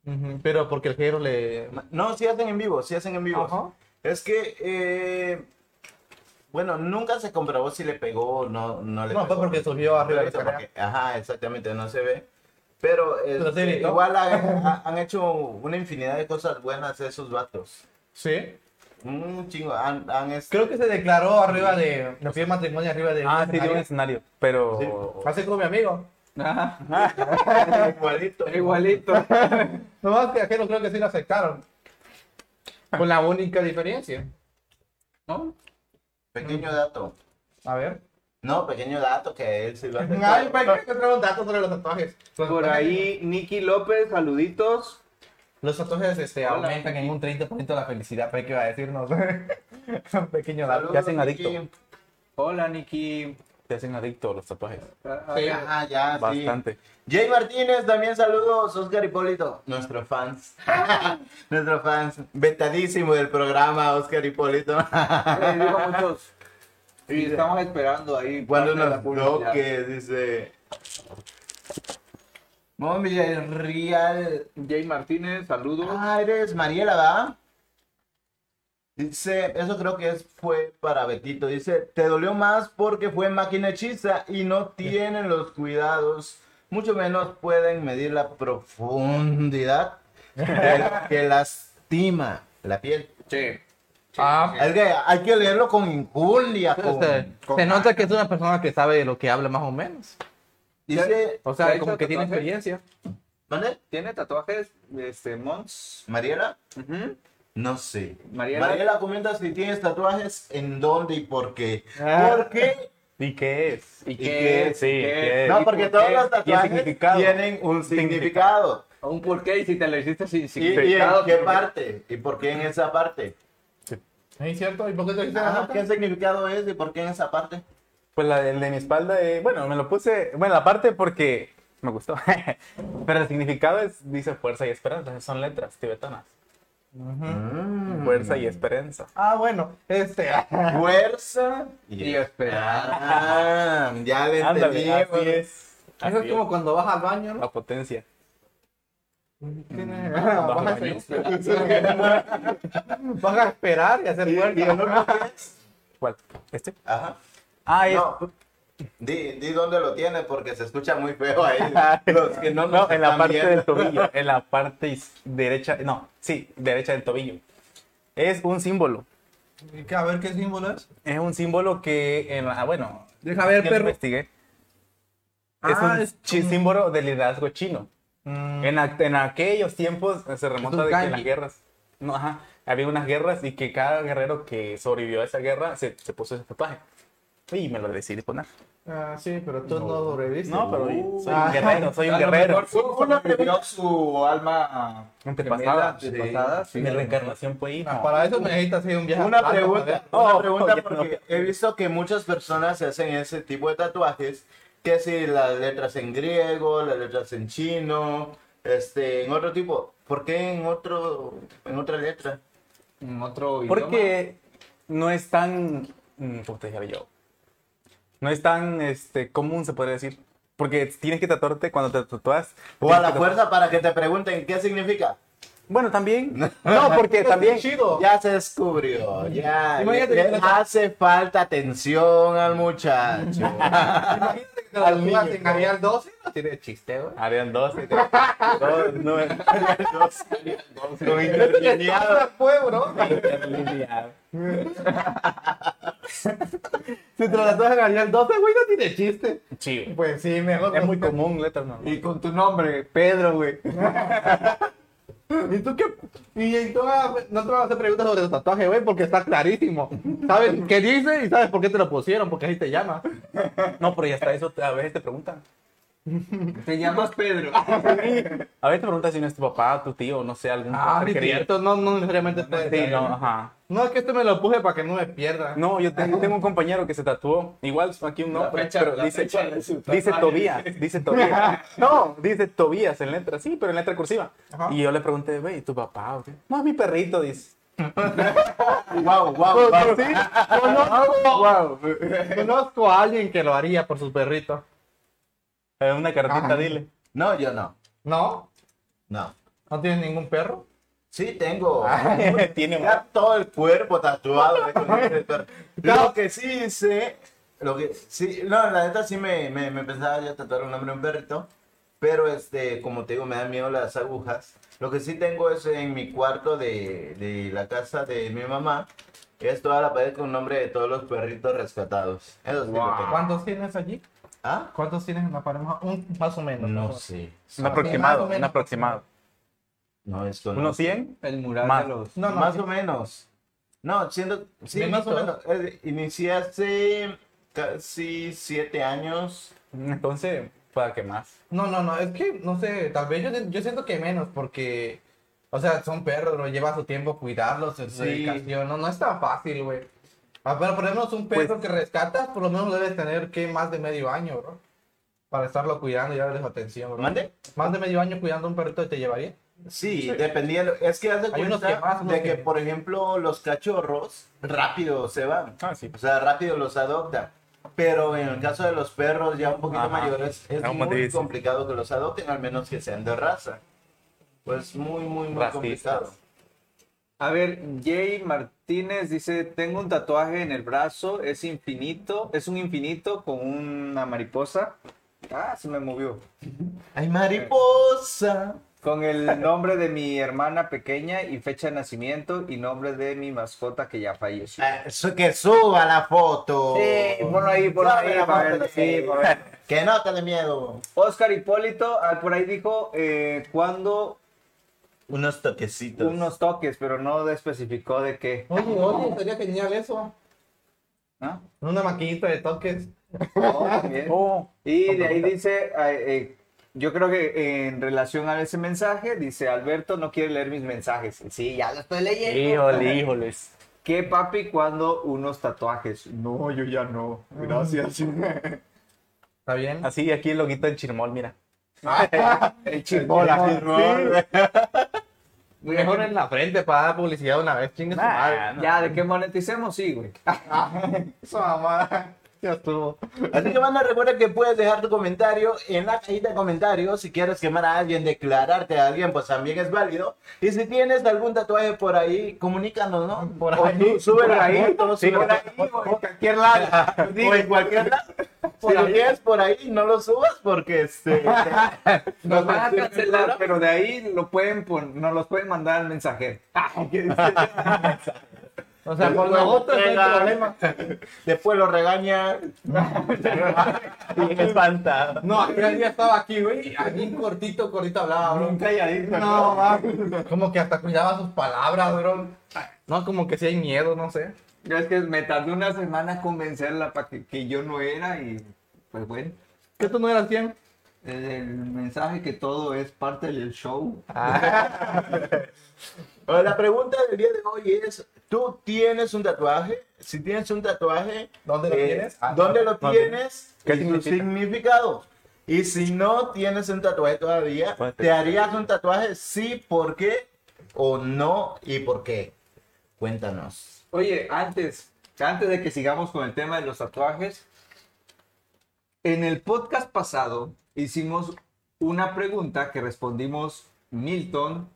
Speaker 3: Ujú, Pero porque el Jero le
Speaker 2: No, sí hacen en vivo, sí hacen en vivo.
Speaker 3: Ajá.
Speaker 2: Es que, eh, bueno, nunca se comprobó si le pegó o no, no le
Speaker 3: No, fue
Speaker 2: pegó.
Speaker 3: porque subió arriba de la
Speaker 2: Exacto,
Speaker 3: escalera.
Speaker 2: porque- Ajá, exactamente, no se ve. Pero eh,
Speaker 3: Pero se ve, ¿no?
Speaker 2: igual han, ha- han hecho una infinidad de cosas buenas esos vatos.
Speaker 3: Sí.
Speaker 2: Un chingo, han, han este, es-
Speaker 3: Creo que se declaró arriba de nos pidió matrimonio arriba de un
Speaker 1: Ah, sí, de un
Speaker 3: escenario.
Speaker 1: escenario, pero...
Speaker 3: Así como mi amigo.
Speaker 2: igualito.
Speaker 4: Igualito.
Speaker 3: No más que a Jero creo que sí lo aceptaron. Con la única diferencia. ¿No?
Speaker 2: Pequeño dato.
Speaker 3: A ver.
Speaker 2: No, pequeño dato que él sí lo hace.
Speaker 3: Ay, me encontrar un dato sobre los tatuajes. Los
Speaker 4: Por
Speaker 3: tatuajes-
Speaker 4: ahí, Nicky López, saluditos.
Speaker 3: Los tatuajes este,
Speaker 4: Hola.
Speaker 3: aumentan en un 30% la felicidad, pero ¿qué iba a decirnos? un pequeño dato.
Speaker 2: Saludos,
Speaker 1: Ya hacen adicto.
Speaker 2: Ricky.
Speaker 4: Hola, Nicky. Ah,
Speaker 1: Te hacen adicto a los tatuajes.
Speaker 3: Sí.
Speaker 2: Ajá, ya, sí.
Speaker 1: Bastante.
Speaker 2: Jay Martínez, también saludos, Oscar Hipólito, nuestros fans. nuestros fans, vetadísimo del programa, Oscar Hipólito.
Speaker 4: Eh, dijo muchos. Y estamos esperando ahí.
Speaker 2: Cuando
Speaker 4: parte de
Speaker 2: nos
Speaker 4: publicidad.
Speaker 2: toque, dice. Mami, real.
Speaker 4: Jay Martínez, saludos.
Speaker 2: Ah, eres Mariela, ¿va? Dice, eso creo que es, fue para Betito. Dice, te dolió más porque fue máquina hechiza y no tienen los cuidados, mucho menos pueden medir la profundidad del que lastima la piel.
Speaker 4: Che.
Speaker 3: Ah,
Speaker 2: Es que hay que leerlo con inculia. con-
Speaker 3: Este,
Speaker 4: con-
Speaker 3: se nota que es una persona que sabe de lo que habla más o menos.
Speaker 2: Dice,
Speaker 3: O
Speaker 4: ¿Se
Speaker 3: sea,
Speaker 4: ha
Speaker 3: como
Speaker 4: hecho
Speaker 3: que tiene
Speaker 4: tatuajes?
Speaker 3: experiencia.
Speaker 2: ¿vale?
Speaker 4: ¿Tiene tatuajes? Este, Mons.
Speaker 2: ¿Mariela?
Speaker 4: Ujú.
Speaker 2: No sé.
Speaker 4: Mariela.
Speaker 2: Mariela, comenta si tienes tatuajes, en dónde y por qué.
Speaker 3: Ah.
Speaker 2: ¿Por qué?
Speaker 1: ¿Y qué es?
Speaker 4: ¿Y
Speaker 2: qué?
Speaker 1: Sí, ¿qué es?
Speaker 2: No,
Speaker 1: Eh, ¿Y
Speaker 2: porque
Speaker 1: por
Speaker 2: todos
Speaker 1: qué?
Speaker 2: los
Speaker 1: ¿Y el
Speaker 2: tatuajes
Speaker 1: significado?
Speaker 2: tienen un significado.
Speaker 4: ¿Un por qué? Y si te lo hiciste sin
Speaker 2: ¿Y, y
Speaker 4: significado.
Speaker 2: en qué parte? ¿Y por qué en esa parte?
Speaker 3: ¿Es cierto? ¿Y por qué te dicen
Speaker 2: Ah, ¿Qué significado es y por qué en esa parte?
Speaker 1: Pues la del de mi espalda, eh, bueno, me lo puse, bueno, la parte porque me gustó. Pero el significado es, dice fuerza y esperanza, son letras tibetanas. Mm. Fuerza y esperanza.
Speaker 3: Ah, bueno, este.
Speaker 2: Fuerza
Speaker 4: Y esperanza.
Speaker 2: Ah, ya le entendí.
Speaker 1: Ándale, así
Speaker 2: güey.
Speaker 1: es. Así
Speaker 3: Eso es como cuando vas al baño,
Speaker 1: es,
Speaker 3: ¿no?
Speaker 1: La potencia.
Speaker 3: Tiene-
Speaker 1: Cuando vas al
Speaker 3: Vas a
Speaker 1: baño.
Speaker 3: vas a esperar y hacer
Speaker 2: ¿Y el
Speaker 3: fuerza.
Speaker 2: otro qué es?
Speaker 1: ¿Cuál? ¿Este?
Speaker 2: Ajá.
Speaker 1: Ah, es.
Speaker 2: No. Di, di dónde lo tiene porque se escucha muy feo ahí. Los que no, nos
Speaker 1: No, en la
Speaker 2: están
Speaker 1: parte
Speaker 2: viendo.
Speaker 1: del tobillo, en la parte is- derecha, no, sí, derecha del tobillo. Es un símbolo,
Speaker 3: Y que A ver qué símbolo es.
Speaker 1: es un símbolo que, en la- ah, bueno,
Speaker 3: Deja ver,
Speaker 1: yo lo
Speaker 3: perro.
Speaker 1: investigué. es
Speaker 3: Ah,
Speaker 1: un
Speaker 3: es
Speaker 1: chi-
Speaker 3: como-
Speaker 1: símbolo de liderazgo chino.
Speaker 3: Mm,
Speaker 1: En, ac- en aquellos tiempos eh, se remonta
Speaker 3: un
Speaker 1: de que en
Speaker 3: kanji.
Speaker 1: las guerras, no, ajá, había unas guerras y que cada guerrero que sobrevivió a esa guerra se, se puso ese tatuaje. Y me lo decidí poner.
Speaker 3: Ah, sí, pero tú no, sobreviviste.
Speaker 1: No, pero soy
Speaker 3: Ah.
Speaker 1: un guerrero, soy un
Speaker 4: A lo
Speaker 1: guerrero.
Speaker 4: mejor Fue fue una pregunta. su alma
Speaker 1: Antepasada,
Speaker 4: gemela, antepasada, sí.
Speaker 1: Mi reencarnación fue ahí.
Speaker 3: Ah, Para eso necesitas ir a un viaje.
Speaker 2: Una
Speaker 3: al Papa,
Speaker 2: pregunta,
Speaker 3: ¿verdad?
Speaker 2: una
Speaker 1: No,
Speaker 2: pregunta
Speaker 1: ya no.
Speaker 2: porque he visto que muchas personas se hacen ese tipo de tatuajes, que si las letras en griego, las letras en chino, este, en otro tipo. ¿Por qué en otro, en otra letra?
Speaker 4: en otro idioma.
Speaker 1: Porque no es tan. mm, ¿Cómo te dijera yo? No es tan este, común, se podría decir. Porque tienes que tatuarte cuando te tatúas.
Speaker 2: O a la fuerza para que te pregunten qué significa.
Speaker 1: Bueno, también. No, porque también.
Speaker 3: Chido.
Speaker 2: Ya se descubrió, ya.
Speaker 3: Imagínate
Speaker 2: Le-
Speaker 3: que
Speaker 2: le
Speaker 3: te lo-
Speaker 2: hace falta atención al muchacho.
Speaker 3: Imagínate que te la
Speaker 2: Al
Speaker 3: pongas
Speaker 2: niño.
Speaker 3: en Arial 12. No tiene chiste, güey.
Speaker 1: Harían 12. te- dos, nueve,
Speaker 2: Lo interlineado.
Speaker 3: fue, pues, bro.
Speaker 1: interlineado.
Speaker 3: Si te la das en Arial 12, güey, no tiene chiste.
Speaker 1: Sí, güey.
Speaker 3: Pues sí, mejor.
Speaker 1: Es
Speaker 3: no.
Speaker 1: muy común, letras normales.
Speaker 4: Y con tu nombre, Pedro, güey.
Speaker 3: ¿Y tú qué? Y entonces no te van a hacer preguntas sobre tu tatuaje, güey, porque está clarísimo. Sabes qué dice y sabes por qué te lo pusieron, porque así te llama.
Speaker 1: No, pero ya está eso. A veces te preguntan.
Speaker 4: Te llamas Pedro.
Speaker 1: A veces te preguntan si no es tu papá, tu tío, no sé, algún
Speaker 3: Ah,
Speaker 1: ser querido.
Speaker 3: no, no necesariamente puede
Speaker 1: Sí,
Speaker 3: ser.
Speaker 1: no, ajá.
Speaker 3: No, es que este me lo puse para que no me pierda.
Speaker 1: No, yo tengo, tengo un compañero que se tatuó, igual aquí un
Speaker 4: La
Speaker 1: nombre,
Speaker 4: fecha-
Speaker 1: pero
Speaker 4: la
Speaker 1: dice,
Speaker 4: fecha de su
Speaker 1: dice
Speaker 4: tatuaje.
Speaker 1: Tobías, dice Tobías. No, dice Tobías en letra, sí, pero en letra cursiva.
Speaker 3: Ajá.
Speaker 1: Y yo le pregunté, güey, ¿tu papá? o qué?" No, es mi perrito, dice.
Speaker 2: Wow, wow,
Speaker 3: Pues,
Speaker 2: wow.
Speaker 3: sí, conozco, conozco a alguien que lo haría por sus perritos.
Speaker 1: Eh, una cartita,
Speaker 3: Ajá.
Speaker 1: dile.
Speaker 2: No, yo no.
Speaker 3: ¿No?
Speaker 2: No.
Speaker 3: ¿No tienes ningún perro?
Speaker 2: Sí, tengo.
Speaker 1: Ah, Tiene un...
Speaker 2: Ya todo el cuerpo tatuado. güey, con ese perro. Lo que sí hice, lo que sí, no, la neta sí me, me, me pensaba ya tatuar un hombre un perrito, pero este, como te digo, me dan miedo las agujas. Lo que sí tengo es en mi cuarto de, de la casa de mi mamá, es toda la pared con nombre de todos los perritos rescatados. Eso sí lo
Speaker 1: Wow.
Speaker 2: tengo.
Speaker 3: ¿Cuántos tienes allí?
Speaker 2: ¿Ah?
Speaker 3: ¿Cuántos tienes en la pared? Un, más o menos.
Speaker 2: No sé.
Speaker 1: Un
Speaker 3: Más
Speaker 1: aproximado,
Speaker 3: o menos.
Speaker 1: un aproximado.
Speaker 2: No, esto no.
Speaker 1: ¿Unos 100?
Speaker 4: El mural
Speaker 1: Más.
Speaker 4: de los.
Speaker 3: No, no,
Speaker 2: más
Speaker 3: sí.
Speaker 2: o menos. No, siendo. Sí,
Speaker 3: Menos
Speaker 2: más o menos. Eh, Inicié hace casi siete años.
Speaker 1: Entonces, para que más.
Speaker 3: No, no, no, es que, no sé, tal vez yo, yo siento que menos, porque, o sea, son perros, lo lleva su tiempo cuidarlos, su
Speaker 2: Sí.
Speaker 3: dedicación, no, no es tan fácil, güey. Ah, Pero por lo menos un perro que rescatas, por lo menos debes tener que más de medio año, bro. Para estarlo cuidando y darle su atención, bro.
Speaker 2: ¿Mande?
Speaker 3: Más de medio año cuidando a un perrito te llevaría.
Speaker 2: Sí, dependiendo. Es que haz de
Speaker 3: Hay unos
Speaker 2: cuenta
Speaker 3: que más, unos
Speaker 2: de que,
Speaker 3: que-
Speaker 2: por ejemplo, los cachorros rápido se van.
Speaker 1: Ah, sí.
Speaker 2: O sea, rápido los adoptan. Pero en el caso de los perros ya un poquito
Speaker 1: Ajá.
Speaker 2: mayores, es
Speaker 1: Aún más
Speaker 2: muy
Speaker 1: difícil.
Speaker 2: complicado que los adopten, al menos que sean de raza. Pues muy, muy, muy
Speaker 1: Racistas.
Speaker 2: complicado.
Speaker 4: A ver, Jay Martínez dice: Tengo un tatuaje en el brazo, es infinito, es un infinito con una mariposa. Ah, se me movió.
Speaker 2: ¡Ay, mariposa!
Speaker 4: Con el nombre de mi hermana pequeña y fecha de nacimiento y nombre de mi mascota que ya falleció.
Speaker 2: Ah, su- que suba la foto.
Speaker 4: Sí, ponlo ahí, ponlo
Speaker 2: Sube
Speaker 4: ahí,
Speaker 2: la
Speaker 4: para
Speaker 2: foto,
Speaker 4: ver,
Speaker 2: que-
Speaker 4: sí, para ver.
Speaker 2: Que no te dé miedo.
Speaker 4: Oscar Hipólito, ah, por ahí dijo eh, cuando
Speaker 2: Unos toquecitos.
Speaker 4: unos toques, pero no especificó de qué.
Speaker 3: Oye, oye, sería genial eso.
Speaker 4: ¿no?
Speaker 3: Una maquinita de toques.
Speaker 4: Oh, bien.
Speaker 1: Oh,
Speaker 4: Y de ahí dice, eh, eh, yo creo que en relación a ese mensaje, dice Alberto no quiere leer mis mensajes. Sí, ya lo estoy leyendo.
Speaker 1: híjole, híjoles.
Speaker 4: ¿Qué papi cuando unos tatuajes? No, yo ya no. Gracias.
Speaker 3: ¿Está bien?
Speaker 1: Así, aquí el loguito del chirmol, mira.
Speaker 4: El chismola.
Speaker 3: Mejor en la frente para dar publicidad una vez, chingue su
Speaker 1: Nah,
Speaker 3: madre.
Speaker 1: no.
Speaker 4: Ya, de que moneticemos, sí, güey.
Speaker 3: Esa mamada. Ya estuvo.
Speaker 2: Así que, mano, recuerda que puedes dejar tu comentario en la cajita de comentarios. Si quieres quemar a alguien, declararte a alguien, pues también es válido. Y si tienes algún tatuaje por ahí, comunícanos, ¿no?
Speaker 3: Por
Speaker 2: O
Speaker 3: ahí,
Speaker 2: tú, sube
Speaker 4: por
Speaker 2: la
Speaker 4: ahí,
Speaker 2: foto,
Speaker 1: sí,
Speaker 2: sube
Speaker 1: por
Speaker 2: la
Speaker 1: ahí,
Speaker 2: foto.
Speaker 4: en cualquier lado.
Speaker 2: O en cualquier lado. Si lo tienes por ahí, no lo subas porque este,
Speaker 4: Nos van a cancelar, pero de ahí lo pueden pon- nos los pueden mandar al mensajero.
Speaker 3: O sea, por
Speaker 2: Luego
Speaker 3: nosotros no hay
Speaker 2: pega.
Speaker 3: problema.
Speaker 2: después lo regaña.
Speaker 1: Bien espantado.
Speaker 3: No, aquel día estaba aquí, güey, y aquí cortito, cortito hablaba, bro.
Speaker 4: calladito.
Speaker 3: No, va. Como que hasta cuidaba sus palabras, bro. No, como que si hay miedo, no sé.
Speaker 4: Yo es que me tardé una semana en convencerla para que, que yo no era y pues bueno,
Speaker 3: ¿Que tú no eras quién?
Speaker 4: el, el mensaje que todo es parte del show.
Speaker 2: Bueno, la pregunta del día de hoy es, ¿tú tienes un tatuaje? Si tienes un tatuaje, eh,
Speaker 3: ¿Dónde lo tienes? Ah,
Speaker 2: ¿Dónde lo
Speaker 1: ok.
Speaker 2: tienes?
Speaker 1: ¿Qué
Speaker 2: y su
Speaker 1: significa?
Speaker 2: significado? Y si no tienes un tatuaje todavía,
Speaker 1: Bueno,
Speaker 2: ¿te
Speaker 1: te-
Speaker 2: harías un tatuaje? Sí, ¿por qué? ¿O no? ¿Y por qué? Cuéntanos.
Speaker 4: Oye, antes, antes de que sigamos con el tema de los tatuajes, en el podcast pasado hicimos una pregunta que respondimos Milton,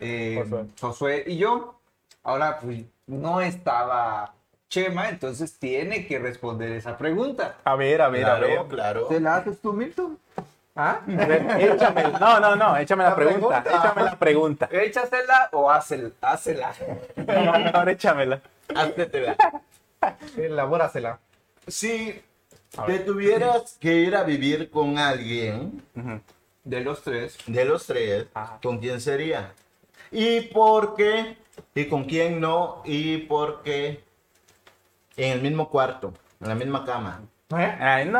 Speaker 4: eh,
Speaker 1: Josué.
Speaker 4: Josué y yo. Ahora, pues no estaba Chema, entonces tiene que responder esa pregunta.
Speaker 1: A ver, a ver,
Speaker 2: Claro,
Speaker 1: a ver.
Speaker 2: claro.
Speaker 4: ¿Te la haces tú, Milton?
Speaker 3: ¿Ah?
Speaker 1: Échame, no, no, no, échame la,
Speaker 3: La
Speaker 1: pregunta,
Speaker 3: pregunta. Ah.
Speaker 1: échame la pregunta.
Speaker 4: ¿Échasela o hácel- hácela?
Speaker 1: Ahora échamela.
Speaker 2: Háztetela.
Speaker 3: Elabórasela.
Speaker 2: Si te tuvieras que ir a vivir con alguien
Speaker 1: Ujú.
Speaker 4: De los tres.
Speaker 2: de los tres,
Speaker 1: Ajá.
Speaker 2: ¿con quién sería? ¿Y por qué? ¿Y con quién no? ¿Y por qué? En el mismo cuarto, en la misma cama.
Speaker 3: ¿Eh?
Speaker 1: Ay, no.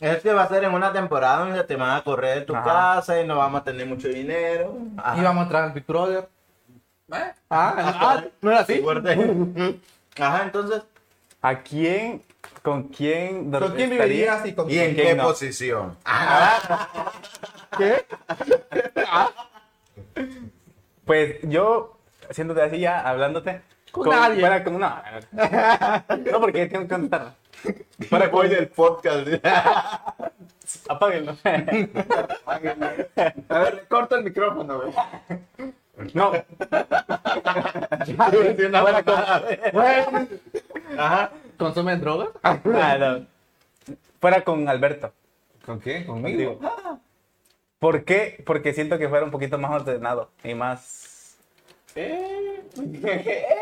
Speaker 2: Este va a ser en una temporada donde te van a correr de tu
Speaker 1: Ajá.
Speaker 2: casa y no vamos a tener mucho dinero. Ajá.
Speaker 3: Y vamos a entrar al Big Brother.
Speaker 4: ¿Eh?
Speaker 3: Ah, ah, ¿no era así?
Speaker 2: Fuerte. Ajá, entonces,
Speaker 1: ¿A quién? ¿Con quién?
Speaker 3: ¿Con quién
Speaker 1: estaría?
Speaker 3: vivirías y con
Speaker 2: ¿y en
Speaker 3: quién?
Speaker 1: quién
Speaker 2: qué
Speaker 1: no?
Speaker 2: posición?
Speaker 3: ¿Qué?
Speaker 1: Pues yo, siéndote así ya, hablándote.
Speaker 3: Con nadie.
Speaker 1: fuera con- no, no, porque tengo que contar.
Speaker 2: Para voy del podcast.
Speaker 1: Apáguenlo.
Speaker 4: A ver, corta el micrófono, güey.
Speaker 1: No. Fuera con,
Speaker 3: Bueno,
Speaker 2: Ajá.
Speaker 3: ¿Consumen drogas?
Speaker 1: Ah, no. Fuera con Alberto.
Speaker 4: ¿Con qué?
Speaker 1: Contigo.
Speaker 4: ¿Conmigo? Ah,
Speaker 1: ¿Por qué? Porque siento que fuera un poquito más ordenado y más. Eh,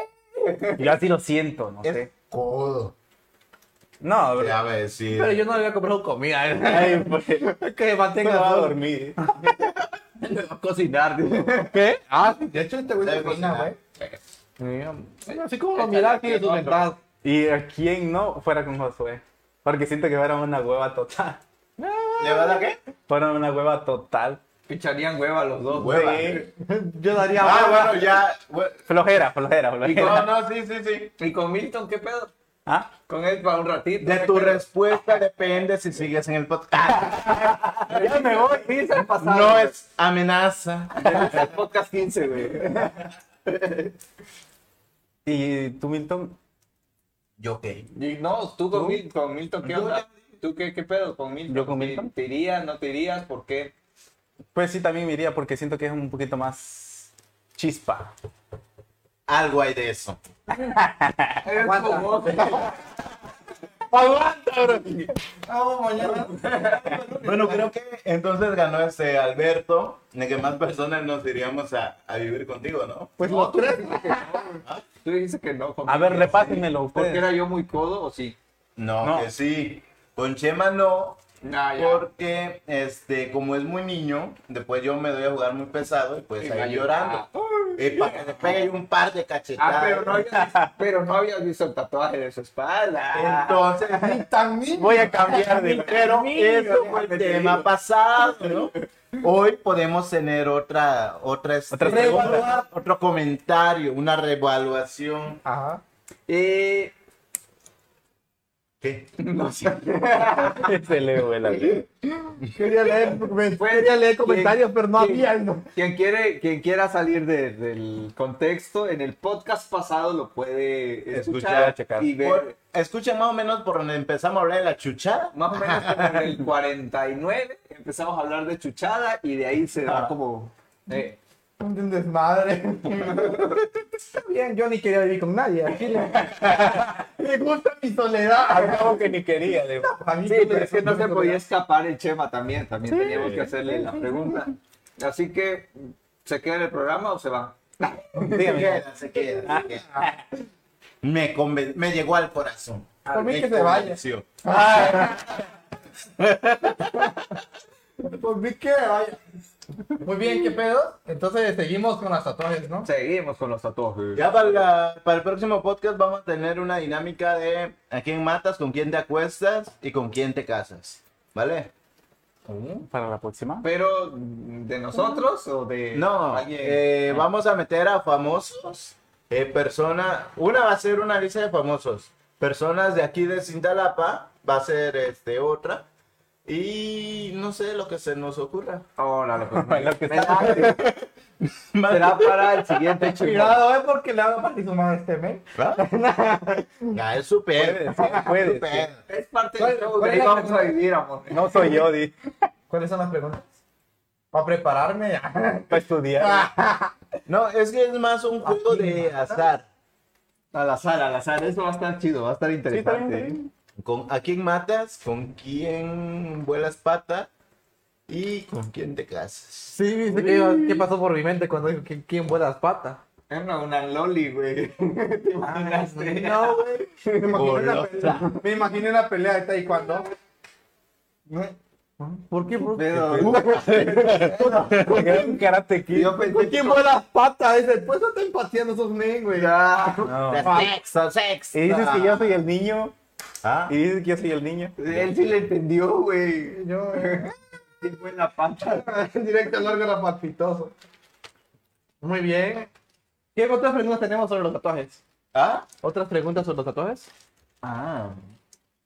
Speaker 1: Yo así lo siento, no
Speaker 2: Es
Speaker 1: sé.
Speaker 2: codo.
Speaker 1: No,
Speaker 2: Te
Speaker 1: bro.
Speaker 2: va a decir.
Speaker 3: Pero yo no había comprado comida. ¿eh?
Speaker 1: Ay, pues,
Speaker 3: que mantenga
Speaker 1: no va a
Speaker 3: todo.
Speaker 1: dormir.
Speaker 4: Cocinar, digo.
Speaker 3: ¿Qué? Ah, de hecho este güey
Speaker 2: Sabe
Speaker 3: se cocina, ¿eh?
Speaker 2: cocinar.
Speaker 3: güey. Mira, Así como lo mirás, tiene sus ventajas.
Speaker 1: ¿Y a quién no fuera con Josué? Porque siento que fuera una hueva total.
Speaker 2: ¿Le vas a qué?
Speaker 1: Fuera una hueva total.
Speaker 4: Picharían hueva los dos.
Speaker 2: Hueva.
Speaker 1: Sí.
Speaker 3: Yo daría
Speaker 2: Ah,
Speaker 3: hueva.
Speaker 2: bueno, ya. bueno.
Speaker 1: Flojera, flojera, flojera.
Speaker 2: No, no, sí, sí, sí.
Speaker 4: ¿Y con Milton qué pedo?
Speaker 1: ¿Ah?
Speaker 4: Con él para un ratito.
Speaker 2: De
Speaker 4: ¿qué
Speaker 2: tu
Speaker 4: pedo?
Speaker 2: respuesta depende si sigues en el
Speaker 4: Ah,
Speaker 2: podcast.
Speaker 1: Ya me voy, dice.
Speaker 4: Ha pasado,
Speaker 2: No
Speaker 4: güey.
Speaker 2: es amenaza.
Speaker 4: Es el podcast 15, güey.
Speaker 1: ¿Y tú, Milton?
Speaker 2: ¿Yo qué?
Speaker 4: Y no, tú con, Mil- con Milton, ¿qué
Speaker 2: Yo
Speaker 4: onda? ¿Tú qué, qué pedo con Milton?
Speaker 1: ¿Yo con Milton?
Speaker 4: ¿Te irías, no te irías? ¿Por qué?
Speaker 1: Pues sí, también me iría porque siento que es un poquito más chispa.
Speaker 2: Algo hay de eso.
Speaker 4: Aguanta.
Speaker 1: ¡Aguanta, bro!
Speaker 3: Ah, Vamos mañana.
Speaker 2: Bueno, creo que entonces ganó ese Alberto, de que más personas nos iríamos a, a vivir contigo, ¿no?
Speaker 3: Pues los tres.
Speaker 4: Tú dices que no. con
Speaker 1: A ver,
Speaker 4: Milton.
Speaker 1: repásenmelo
Speaker 4: ¿Porque
Speaker 1: ustedes.
Speaker 4: era yo muy codo o sí?
Speaker 2: No,
Speaker 1: No.
Speaker 2: que sí. Con Chema no,
Speaker 4: Nah, Ah, ya.
Speaker 2: porque este, como es muy niño, después yo me doy a jugar muy pesado y pues
Speaker 4: Y va a
Speaker 2: ahí llorando. Y para que le pegue un par de cachetadas.
Speaker 4: Ah, pero no, había, pero no había visto el tatuaje de su espalda.
Speaker 2: Entonces,
Speaker 1: Voy a cambiar de.
Speaker 2: pero eso fue
Speaker 4: te
Speaker 2: el tema
Speaker 4: digo.
Speaker 2: pasado, ¿no? Hoy podemos tener otra, otra, este,
Speaker 1: Otra pregunta.
Speaker 2: revaluar, otro comentario, una revaluación.
Speaker 3: Ajá.
Speaker 4: Eh,
Speaker 2: ¿Qué?
Speaker 4: no sé.
Speaker 1: Se le fue la vida.
Speaker 3: Quería leer, quería leer comentarios, pero no
Speaker 4: ¿Quién?
Speaker 3: había. no.
Speaker 4: pues, Quien, quiere, quien quiera salir de- del contexto, en el podcast pasado lo puede escuchar,
Speaker 1: Escuchar, checar.
Speaker 4: y ver.
Speaker 2: Por- escuchen más o menos por donde empezamos a hablar de la chuchada.
Speaker 4: Más o menos como en el 49 empezamos a hablar de chuchada y de ahí se da como... eh,
Speaker 3: Un desmadre. Está bien, yo ni quería vivir con nadie. al chile. Me gusta mi soledad.
Speaker 1: Acabo que ni quería, le-
Speaker 3: A mí
Speaker 4: sí,
Speaker 3: que me-
Speaker 4: pero es que no se podía escapar el Chema también, también teníamos que hacerle la pregunta. Así que, ¿se queda en el programa o se va?
Speaker 2: Se
Speaker 1: Dígame.
Speaker 2: queda, se queda, se queda. Me, conven- me llegó al corazón.
Speaker 3: Por mí
Speaker 2: Me
Speaker 3: que se vaya.
Speaker 2: convenció.
Speaker 3: Ay. Por mí que vaya. Muy bien, ¿qué pedo? Entonces seguimos con las tatuajes, ¿no?
Speaker 4: Seguimos con los tatuajes.
Speaker 2: Ya para, la- para el próximo podcast vamos a tener una dinámica de a quién matas, con quién te acuestas y con quién te casas. ¿Vale?
Speaker 1: ¿Mm? Para la próxima.
Speaker 4: Pero, ¿de nosotros o de
Speaker 2: No,
Speaker 4: alguien?
Speaker 2: eh, vamos a meter a famosos, eh, persona, una va a ser una lista de famosos, personas de aquí de Cintalapa, va a ser este otra y no sé lo que se nos ocurra.
Speaker 4: Órale, pues,
Speaker 1: Lo que
Speaker 4: me
Speaker 1: está-
Speaker 4: late. Será para el siguiente chingado.
Speaker 3: Cuidado, ¿eh? Porque le van a partir su madre a este mes.
Speaker 2: Ya es su pedo,
Speaker 1: Puede ser, puede
Speaker 2: su pedo.
Speaker 1: ser.
Speaker 4: Es parte
Speaker 3: ¿Cuál-
Speaker 4: del show, de
Speaker 3: cuál
Speaker 4: ahí
Speaker 3: es la
Speaker 4: vamos a
Speaker 3: pregunta?
Speaker 4: vivir, amor.
Speaker 1: No soy yo, di.
Speaker 3: ¿Cuáles son las preguntas? Para prepararme.
Speaker 1: Para estudiar.
Speaker 2: No, es que es más un juego de azar.
Speaker 4: Al azar, al azar, eso va a estar chido, va a estar interesante.
Speaker 2: Con a quién matas, con quién vuelas pata y con quién te casas.
Speaker 3: Sí, viste que, Pues, qué pasó por mi mente cuando dijo que quién vuela las patas.
Speaker 4: Es una, una loli, güey. ¿Te imaginaste?
Speaker 3: No, güey. Me imaginé una pelea- Me imaginé una pelea de taekwondo. ¿Por qué, bro?
Speaker 4: Pero-
Speaker 1: pues Porque un karate kid.
Speaker 4: Yo pensé
Speaker 3: ¿Por
Speaker 4: que
Speaker 3: quién vuela las patas? Dice, pues no están pateando esos men, güey.
Speaker 4: Ya.
Speaker 1: No.
Speaker 2: Sexo, sexo.
Speaker 1: Y dices que yo soy el niño.
Speaker 2: Ah,
Speaker 1: Y dices que yo soy el niño.
Speaker 4: Él sí le entendió, güey.
Speaker 3: Yo, eh,
Speaker 4: ¿Quién fue la pata?
Speaker 3: directo al órgano palpitoso. Muy bien. ¿Qué otras preguntas tenemos sobre los tatuajes?
Speaker 2: ah,
Speaker 3: ¿Otras preguntas sobre los tatuajes?
Speaker 4: Ah.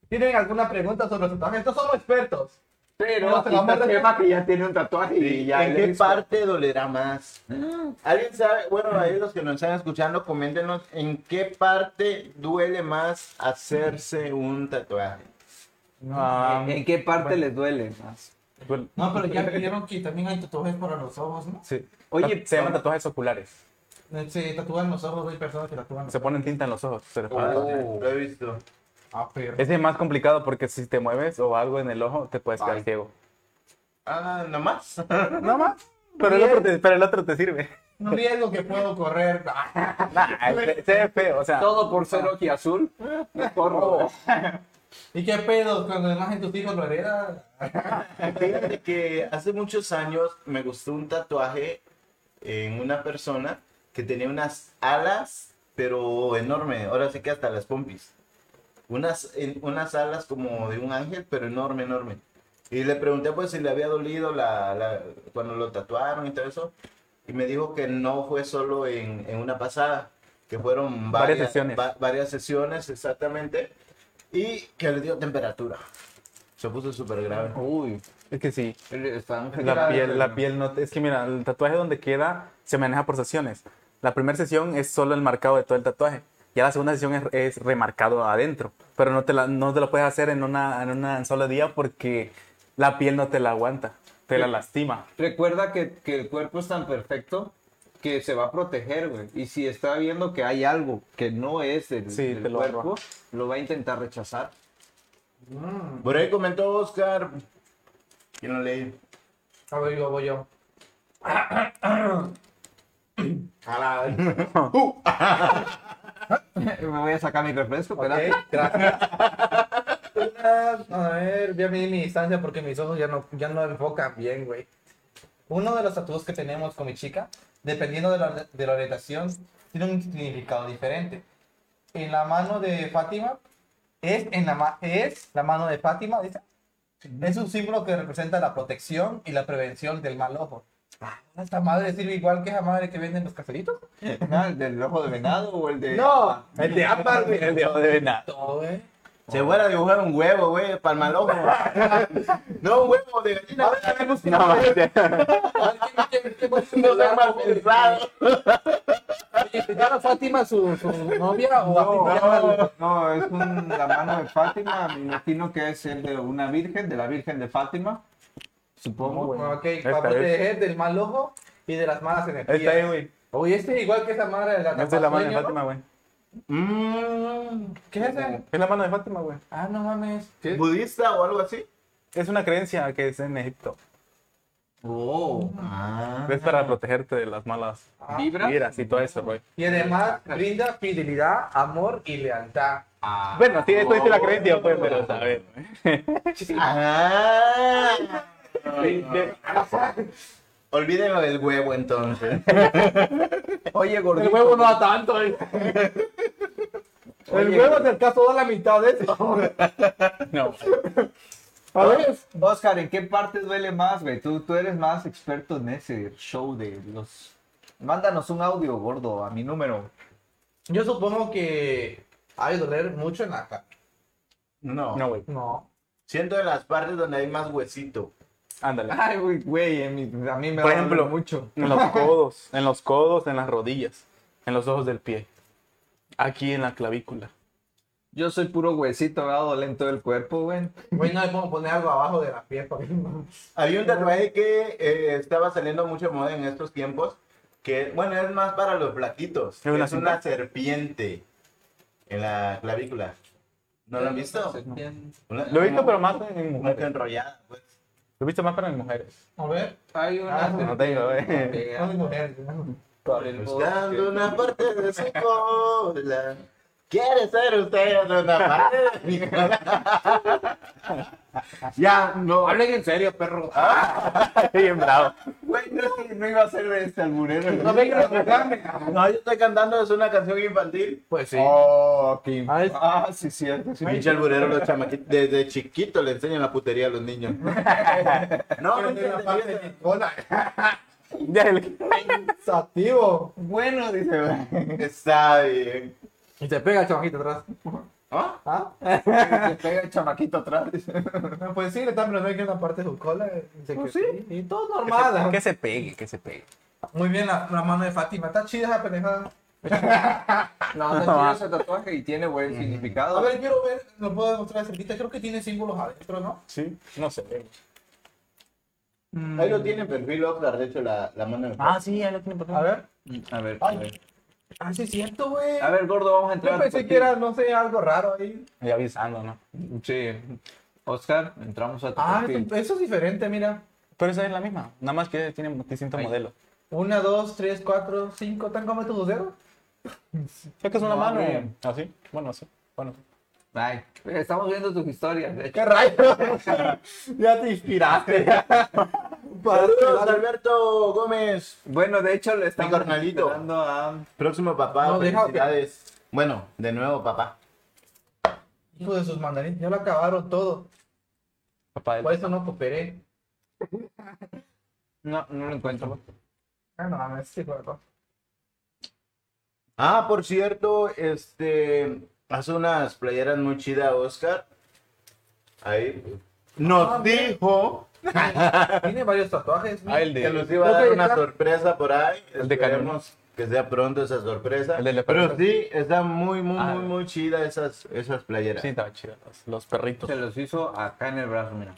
Speaker 3: ¿Tienen alguna pregunta sobre los tatuajes? Estos somos expertos.
Speaker 4: Pero
Speaker 3: No, te
Speaker 4: aquí
Speaker 3: lo
Speaker 4: está
Speaker 3: mando.
Speaker 4: Chema que ya tiene un tatuaje y ya.
Speaker 2: ¿En
Speaker 4: le
Speaker 2: qué
Speaker 4: hizo.
Speaker 2: parte dolerá más? ¿Alguien sabe? Bueno, ahí los que nos están escuchando, coméntenos en qué parte duele más hacerse un tatuaje.
Speaker 1: Ah,
Speaker 4: ¿En qué parte
Speaker 1: Bueno.
Speaker 4: les duele
Speaker 1: Ah,
Speaker 4: más?
Speaker 1: bueno,
Speaker 3: No, pero ya vieron que también hay tatuajes para los ojos, ¿no?
Speaker 1: sí.
Speaker 4: Oye,
Speaker 1: se llaman tatuajes oculares.
Speaker 3: Se tatúan los ojos, hay personas que tatúan
Speaker 1: Se ponen tinta en los ojos. se les pone.
Speaker 2: Oh, Lo he visto.
Speaker 3: Ah, pero.
Speaker 1: Ese es más complicado porque si te mueves o algo en el ojo, te puedes quedar
Speaker 4: Ay.
Speaker 1: ciego.
Speaker 2: Ah, nomás.
Speaker 1: No más. Pero el, otro te, pero el otro te sirve.
Speaker 3: Un riesgo que puedo correr.
Speaker 1: Nah, se, se ve feo, o sea.
Speaker 4: todo por ser ojiazul. No corro.
Speaker 3: ¿Y qué pedo? Cuando además en tus hijos lo heredas.
Speaker 2: Fíjate que hace muchos años me gustó un tatuaje en una persona que tenía unas alas, pero enorme. Ahora sí que hasta las pompis. Unas, en- unas alas como de un ángel, pero enorme, enorme. Y le pregunté pues si le había dolido la, la- cuando lo tatuaron y todo eso. Y me dijo que no fue solo en, en una pasada, que fueron varias,
Speaker 1: Varias sesiones.
Speaker 2: va- varias sesiones, exactamente. Y que le dio temperatura. Se puso súper grave.
Speaker 4: Uy,
Speaker 1: Es que sí.
Speaker 4: están
Speaker 1: Oh. La piel, la piel no. Es que mira, el tatuaje donde queda se maneja por sesiones. La primera sesión es solo el marcado de todo el tatuaje. Ya la segunda sesión es, es remarcado adentro. Pero no te, la, no te lo puedes hacer en, una, en, una, en solo día porque la piel no te la aguanta. Te la lastima.
Speaker 4: Recuerda que, que el cuerpo es tan perfecto que se va a proteger, güey. Y si está viendo que hay algo que no es el,
Speaker 1: Sí, te lo
Speaker 4: cuerpo,
Speaker 1: arroja.
Speaker 4: lo va a intentar rechazar.
Speaker 2: Por ahí comentó Oscar. Yo no leí.
Speaker 3: A ver, yo voy yo.
Speaker 4: Me voy a sacar mi refresco,
Speaker 3: Ok,
Speaker 4: espérate.
Speaker 3: gracias. A ver, voy a medir mi distancia porque mis ojos ya no, ya no enfocan bien, güey. Uno de los tatuajes que tenemos con mi chica, dependiendo de la, de la orientación, tiene un significado diferente. En la mano de Fátima, es, en la, ma- es la mano de Fátima, dice. Es un símbolo que representa la protección y la prevención del mal ojo. Ah, Esta madre sirve igual que esa madre que venden los caseritos.
Speaker 4: Ah, ¿El del ojo de venado o el de.?
Speaker 1: El de ámbar, el de de venado.
Speaker 3: Todo, eh.
Speaker 2: Se fuera a dibujar un huevo, güey, palma loco. no, un huevo de gallina.
Speaker 1: No, mentira.
Speaker 2: No sea mal pensado.
Speaker 3: ¿Ya a Fátima su, su novia o así
Speaker 4: No,
Speaker 3: se llama el-
Speaker 4: no, no, es un- la mano de Fátima. Me imagino que es el de una virgen, de la virgen de Fátima. Supongo, güey.
Speaker 3: Bueno, ok,
Speaker 1: Esta
Speaker 3: para proteger
Speaker 1: vez.
Speaker 3: del mal ojo y de las malas energías.
Speaker 1: Está ahí, güey.
Speaker 3: Oye, este es igual que esa madre de la
Speaker 1: Esa es la mano de
Speaker 3: Tapasueño,
Speaker 1: Fátima,
Speaker 3: ¿no?
Speaker 1: güey.
Speaker 2: Mm,
Speaker 3: ¿Qué es ese?
Speaker 1: Es la mano de Fátima, güey.
Speaker 3: Ah, no mames.
Speaker 2: ¿Budista o algo así?
Speaker 1: Es una creencia que es en Egipto.
Speaker 4: Oh.
Speaker 2: Ah.
Speaker 1: Es para protegerte de las malas
Speaker 3: Ah,
Speaker 4: ¿Vibra?
Speaker 1: vidas y todo eso, güey.
Speaker 3: Y además brinda fidelidad, amor y lealtad.
Speaker 4: Ah.
Speaker 1: Bueno, sí, esto dice la creencia, pues, pero a ver.
Speaker 2: Ah.
Speaker 1: Ah. Sí, sí.
Speaker 2: O Olvídenlo del huevo entonces.
Speaker 4: Oye, gordito.
Speaker 3: El huevo no da tanto. eh. El
Speaker 4: Oye,
Speaker 3: huevo en el caso da la mitad de eso.
Speaker 1: No.
Speaker 3: A ver,
Speaker 4: Oscar, ¿en qué parte duele más, güey? Tú, tú eres más experto en ese show de los... Mándanos un audio, gordo, a mi número.
Speaker 3: yo supongo que ha de doler mucho en la cara.
Speaker 2: No.
Speaker 1: No, güey.
Speaker 3: No.
Speaker 2: Siento de las partes donde hay más huesito.
Speaker 1: Ándale.
Speaker 4: Ay, güey, güey, en mi- a mí me
Speaker 1: Por
Speaker 4: da
Speaker 1: ejemplo,
Speaker 4: mucho.
Speaker 1: En los codos, en los codos, en las rodillas, en los ojos del pie. Aquí en la clavícula.
Speaker 4: Yo soy puro huesito, me va a doler en todo el cuerpo, güey.
Speaker 3: Güey, no le podemos poner algo abajo de la piel para que no-
Speaker 2: Había un tatuaje que eh, estaba saliendo mucho de moda en estos tiempos. Que, bueno, es más para los flaquitos.
Speaker 1: ¿Es una
Speaker 2: es una serpiente en la clavícula. ¿No lo han visto? Una-
Speaker 1: Lo he visto,
Speaker 2: como-
Speaker 1: pero más en
Speaker 2: Como que
Speaker 1: mujeres.
Speaker 2: enrollada, pues.
Speaker 1: Lo he visto más, pero en mujeres.
Speaker 3: A ver.
Speaker 4: Hay
Speaker 3: una-
Speaker 1: No tengo, güey.
Speaker 3: No hay mujeres, ¿no?
Speaker 2: Buscando una parte de su cola. ¿Quiere ser usted una parte de mi cola? ya, no.
Speaker 1: Hablen en serio, perro. Bien bravo.
Speaker 4: Güey, no, no iba a ser este alburero.
Speaker 3: No vengan a tocarme.
Speaker 2: No, yo estoy cantando, es una canción infantil.
Speaker 3: Pues sí.
Speaker 4: Oh, qué
Speaker 3: Ah, es-
Speaker 4: Ah, sí, cierto. Sí,
Speaker 2: Pinche alburero, los chamaquitos. Desde chiquito le enseñan la putería a los niños. no, no
Speaker 3: Pero de la
Speaker 2: entendí
Speaker 3: parte
Speaker 2: eso.
Speaker 3: de- Hola.
Speaker 1: Ya el-
Speaker 3: Pensativo.
Speaker 4: Bueno, dice, güey.
Speaker 2: Está bien.
Speaker 3: Y te pega el chamajito atrás.
Speaker 2: ¿Ah?
Speaker 4: ¿Ah? Se pega el chamaquito atrás.
Speaker 3: No, Pues sí, le están preguntando que es la parte de su cola. eh, dice
Speaker 4: Pues
Speaker 3: que
Speaker 4: sí.
Speaker 3: Y todo
Speaker 1: Que
Speaker 3: normal.
Speaker 1: se- que se pegue, que se pegue.
Speaker 3: Muy bien la, la mano de Fátima. Está chida esa pendejada.
Speaker 4: No, no ese tatuaje y tiene buen significado.
Speaker 3: A ver, quiero ver, nos puedo mostrar de cerquita. Creo que tiene símbolos adentro, ¿no?
Speaker 1: Sí, no sé.
Speaker 2: Ahí lo tiene en perfil Oscar, de hecho, la, la mano de
Speaker 1: Ah, sí, ya lo tiene por
Speaker 3: A ver.
Speaker 4: a ver.
Speaker 3: Ay. Ah, sí, es cierto, güey.
Speaker 4: A ver, gordo, vamos a entrar.
Speaker 3: Yo pensé
Speaker 4: por
Speaker 3: que
Speaker 4: ti.
Speaker 3: era, no sé, algo raro ahí.
Speaker 1: Y avisando, ¿no?
Speaker 4: Sí. Oscar, entramos a tu
Speaker 3: Ah,
Speaker 4: perfil.
Speaker 3: esto- eso es diferente, mira.
Speaker 1: Pero esa es la misma. Nada más que tiene distintos
Speaker 4: Ahí.
Speaker 1: modelos.
Speaker 3: Una, dos, tres, cuatro, cinco. ¿Tan como tus dedos?
Speaker 1: Es que es una
Speaker 4: No,
Speaker 1: mano.
Speaker 4: hombre.
Speaker 1: Así. Bueno, Ah, sí. Bueno.
Speaker 4: Ay, estamos viendo tus historias. de hecho.
Speaker 3: ¡Qué rayos! ya te inspiraste.
Speaker 2: Saludos, Alberto Gómez.
Speaker 4: Bueno, de hecho, le estamos
Speaker 2: carnalito.
Speaker 4: esperando a...
Speaker 2: Próximo papá,
Speaker 3: No, deja que-
Speaker 2: felicidades. Bueno, de nuevo, papá.
Speaker 3: Hijo de sus mandarines, ya lo acabaron todo.
Speaker 1: Papá
Speaker 3: Por
Speaker 1: del...
Speaker 3: eso no cooperé.
Speaker 4: No, no lo encuentro.
Speaker 3: Ah, no, mames, sí, bueno.
Speaker 2: Ah, por cierto, este hace unas playeras muy chidas, Oscar. Ahí nos
Speaker 3: Ah, mira.
Speaker 2: dijo
Speaker 3: Tiene varios tatuajes.
Speaker 1: Ah, el
Speaker 2: que
Speaker 1: de...
Speaker 2: nos iba a
Speaker 3: Creo
Speaker 2: dar
Speaker 3: que
Speaker 2: una
Speaker 3: está-
Speaker 2: sorpresa por ahí.
Speaker 1: El de Canon.
Speaker 2: Esperemos que sea pronto esa sorpresa.
Speaker 1: El de la
Speaker 2: Pero
Speaker 1: perrita.
Speaker 2: sí, están muy, muy,
Speaker 1: Ah.
Speaker 2: muy, muy chidas esas, esas playeras.
Speaker 1: Sí, estaba chido. Los, los perritos.
Speaker 4: Se los hizo acá en el brazo, mira.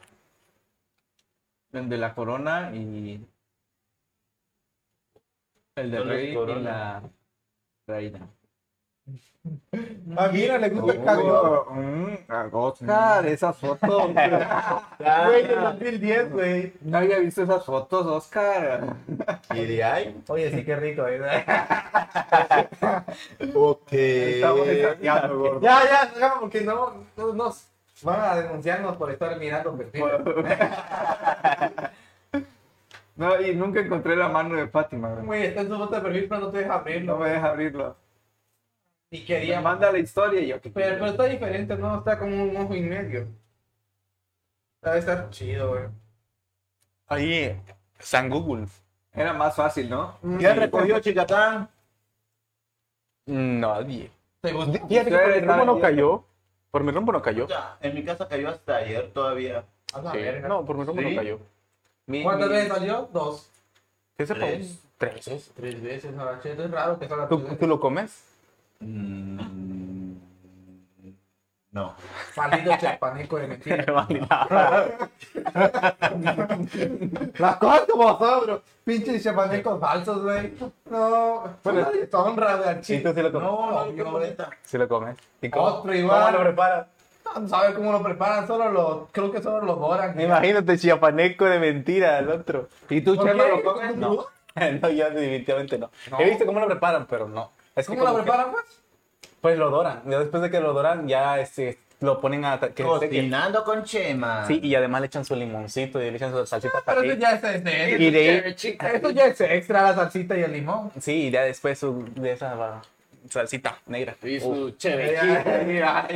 Speaker 4: El de la corona y. El de
Speaker 2: Son las
Speaker 4: rey y la
Speaker 2: coronas.
Speaker 4: reina.
Speaker 3: Ah, mira, le gusta el
Speaker 4: Uy,
Speaker 3: cagón.
Speaker 4: mm, a Oscar, esas fotos.
Speaker 2: Ah,
Speaker 3: Güey, del 2010, güey.
Speaker 4: No había visto esas fotos, Oscar.
Speaker 2: y de ahí.
Speaker 3: Oye, sí, qué rico. eh.
Speaker 2: Ok.
Speaker 4: Estamos desafiando,
Speaker 3: ya,
Speaker 4: gordo.
Speaker 3: ya, ya, porque no, no nos van a denunciarnos por estar mirando perfiles.
Speaker 4: No, y nunca encontré la mano de Fátima. güey.
Speaker 3: Güey, está en su foto de perfil, pero no te deja
Speaker 4: No
Speaker 3: abrirlo.
Speaker 4: me deja abrirlo.
Speaker 3: Y
Speaker 4: Me
Speaker 3: quería
Speaker 4: manda la historia y yo. ¿qué
Speaker 3: Pero,
Speaker 4: quiero?
Speaker 3: pero está diferente, ¿no? Está como un ojo y medio. Debe estar chido, güey.
Speaker 1: Ahí, San Google.
Speaker 4: Era más fácil, ¿no?
Speaker 2: ¿Quién recogió Chicatán?
Speaker 1: Nadie.
Speaker 3: ¿Te gusta?
Speaker 1: Fíjate que por mi rumbo no cayó. Por mi rumbo no cayó.
Speaker 2: Puta, En mi casa cayó hasta ayer todavía.
Speaker 3: A la
Speaker 1: Sí.
Speaker 3: verga.
Speaker 1: No, por mi rumbo
Speaker 2: Sí.
Speaker 1: no cayó.
Speaker 4: Mi-
Speaker 3: ¿Cuántas
Speaker 4: mi-
Speaker 3: veces salió? Dos.
Speaker 1: ¿Qué se pagó?
Speaker 2: Tres.
Speaker 1: Tres. es.
Speaker 3: Tres veces, ahora chido. Es raro que salga
Speaker 1: ¿Tú,
Speaker 3: tres veces.
Speaker 1: tú lo comes?
Speaker 2: Mm, No.
Speaker 3: Maldito chapaneco de mentira. Las cosas como son, bro. Pinches chapanecos falsos, güey. No.
Speaker 1: Bueno,
Speaker 3: Nadie te honra, güey, al
Speaker 1: Sí,
Speaker 3: chile.
Speaker 1: tú sí lo comes.
Speaker 2: No,
Speaker 3: no, no, neta.
Speaker 1: Sí lo comes. ¿Y
Speaker 3: Otro igual.
Speaker 1: ¿Cómo lo preparas?
Speaker 3: No sabe cómo lo preparan, solo los. Creo que solo los doran. güey.
Speaker 1: Imagínate, chiapaneco de mentira, el otro.
Speaker 4: ¿Y tú,
Speaker 3: ¿Por
Speaker 4: Chema,
Speaker 3: qué?
Speaker 4: lo comes?
Speaker 3: No.
Speaker 1: No, yo definitivamente no.
Speaker 3: No.
Speaker 1: He visto cómo lo preparan, pero no. Es que
Speaker 3: ¿Cómo lo
Speaker 1: como que-
Speaker 3: preparan, pues?
Speaker 1: Pues lo doran. Ya Después de que lo doran, ya este, lo ponen a ta- que se seque.
Speaker 2: Cocinando con Chema.
Speaker 1: Sí, y además le echan su limoncito y le echan su salsita
Speaker 3: Pero eso
Speaker 1: tajín.
Speaker 3: ya es, este,
Speaker 1: Y de ahí-
Speaker 3: eso ya es extra la salsita y el limón.
Speaker 1: Sí, y ya después su- de esa va, salsita negra.
Speaker 2: Y
Speaker 1: Uf.
Speaker 2: su chevequita.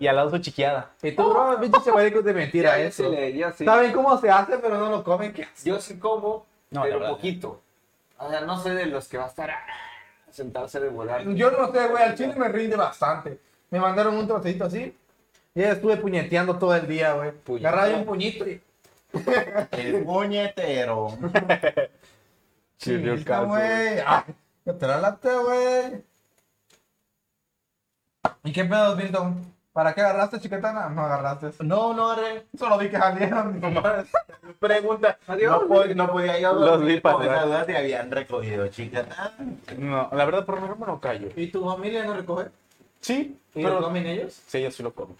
Speaker 1: Y al lado su chiquiada.
Speaker 3: Y tú, bro, pinches chavaricos de mentira
Speaker 4: yo sí
Speaker 3: eso.
Speaker 4: le- yo sí.
Speaker 3: Saben cómo se hace, pero no lo comen. ¿Qué hace?
Speaker 4: Yo sí como,
Speaker 1: No, la
Speaker 4: pero
Speaker 1: verdad.
Speaker 4: poquito. O sea, no sé de los que va a estar ah, sentarse de volar.
Speaker 3: Yo no sé, güey, al chile me rinde bastante. Me mandaron un trocito así. Y ahí estuve puñeteando todo el día, güey.
Speaker 4: Puñeteo.
Speaker 3: Agarraba yo un puñito y...
Speaker 2: El puñetero.
Speaker 3: Está, güey. Ah, que te la lata, güey. ¿Y qué pedo, Milton? ¿Para qué agarraste, chiquetana? No agarraste.
Speaker 2: No, no, re.
Speaker 3: Solo vi que salieron.
Speaker 2: Pregunta.
Speaker 4: Adiós.
Speaker 2: No, pod- no podía yo
Speaker 1: Los
Speaker 2: dormir
Speaker 1: vi
Speaker 2: con
Speaker 1: pasar.
Speaker 2: esa duda si habían recogido, chicas. Ah,
Speaker 1: No, la verdad, por lo menos no callo.
Speaker 3: ¿Y tu familia no recoge?
Speaker 1: Sí,
Speaker 3: ¿Y
Speaker 1: pero
Speaker 3: lo comen ellos?
Speaker 1: Sí, yo sí lo como.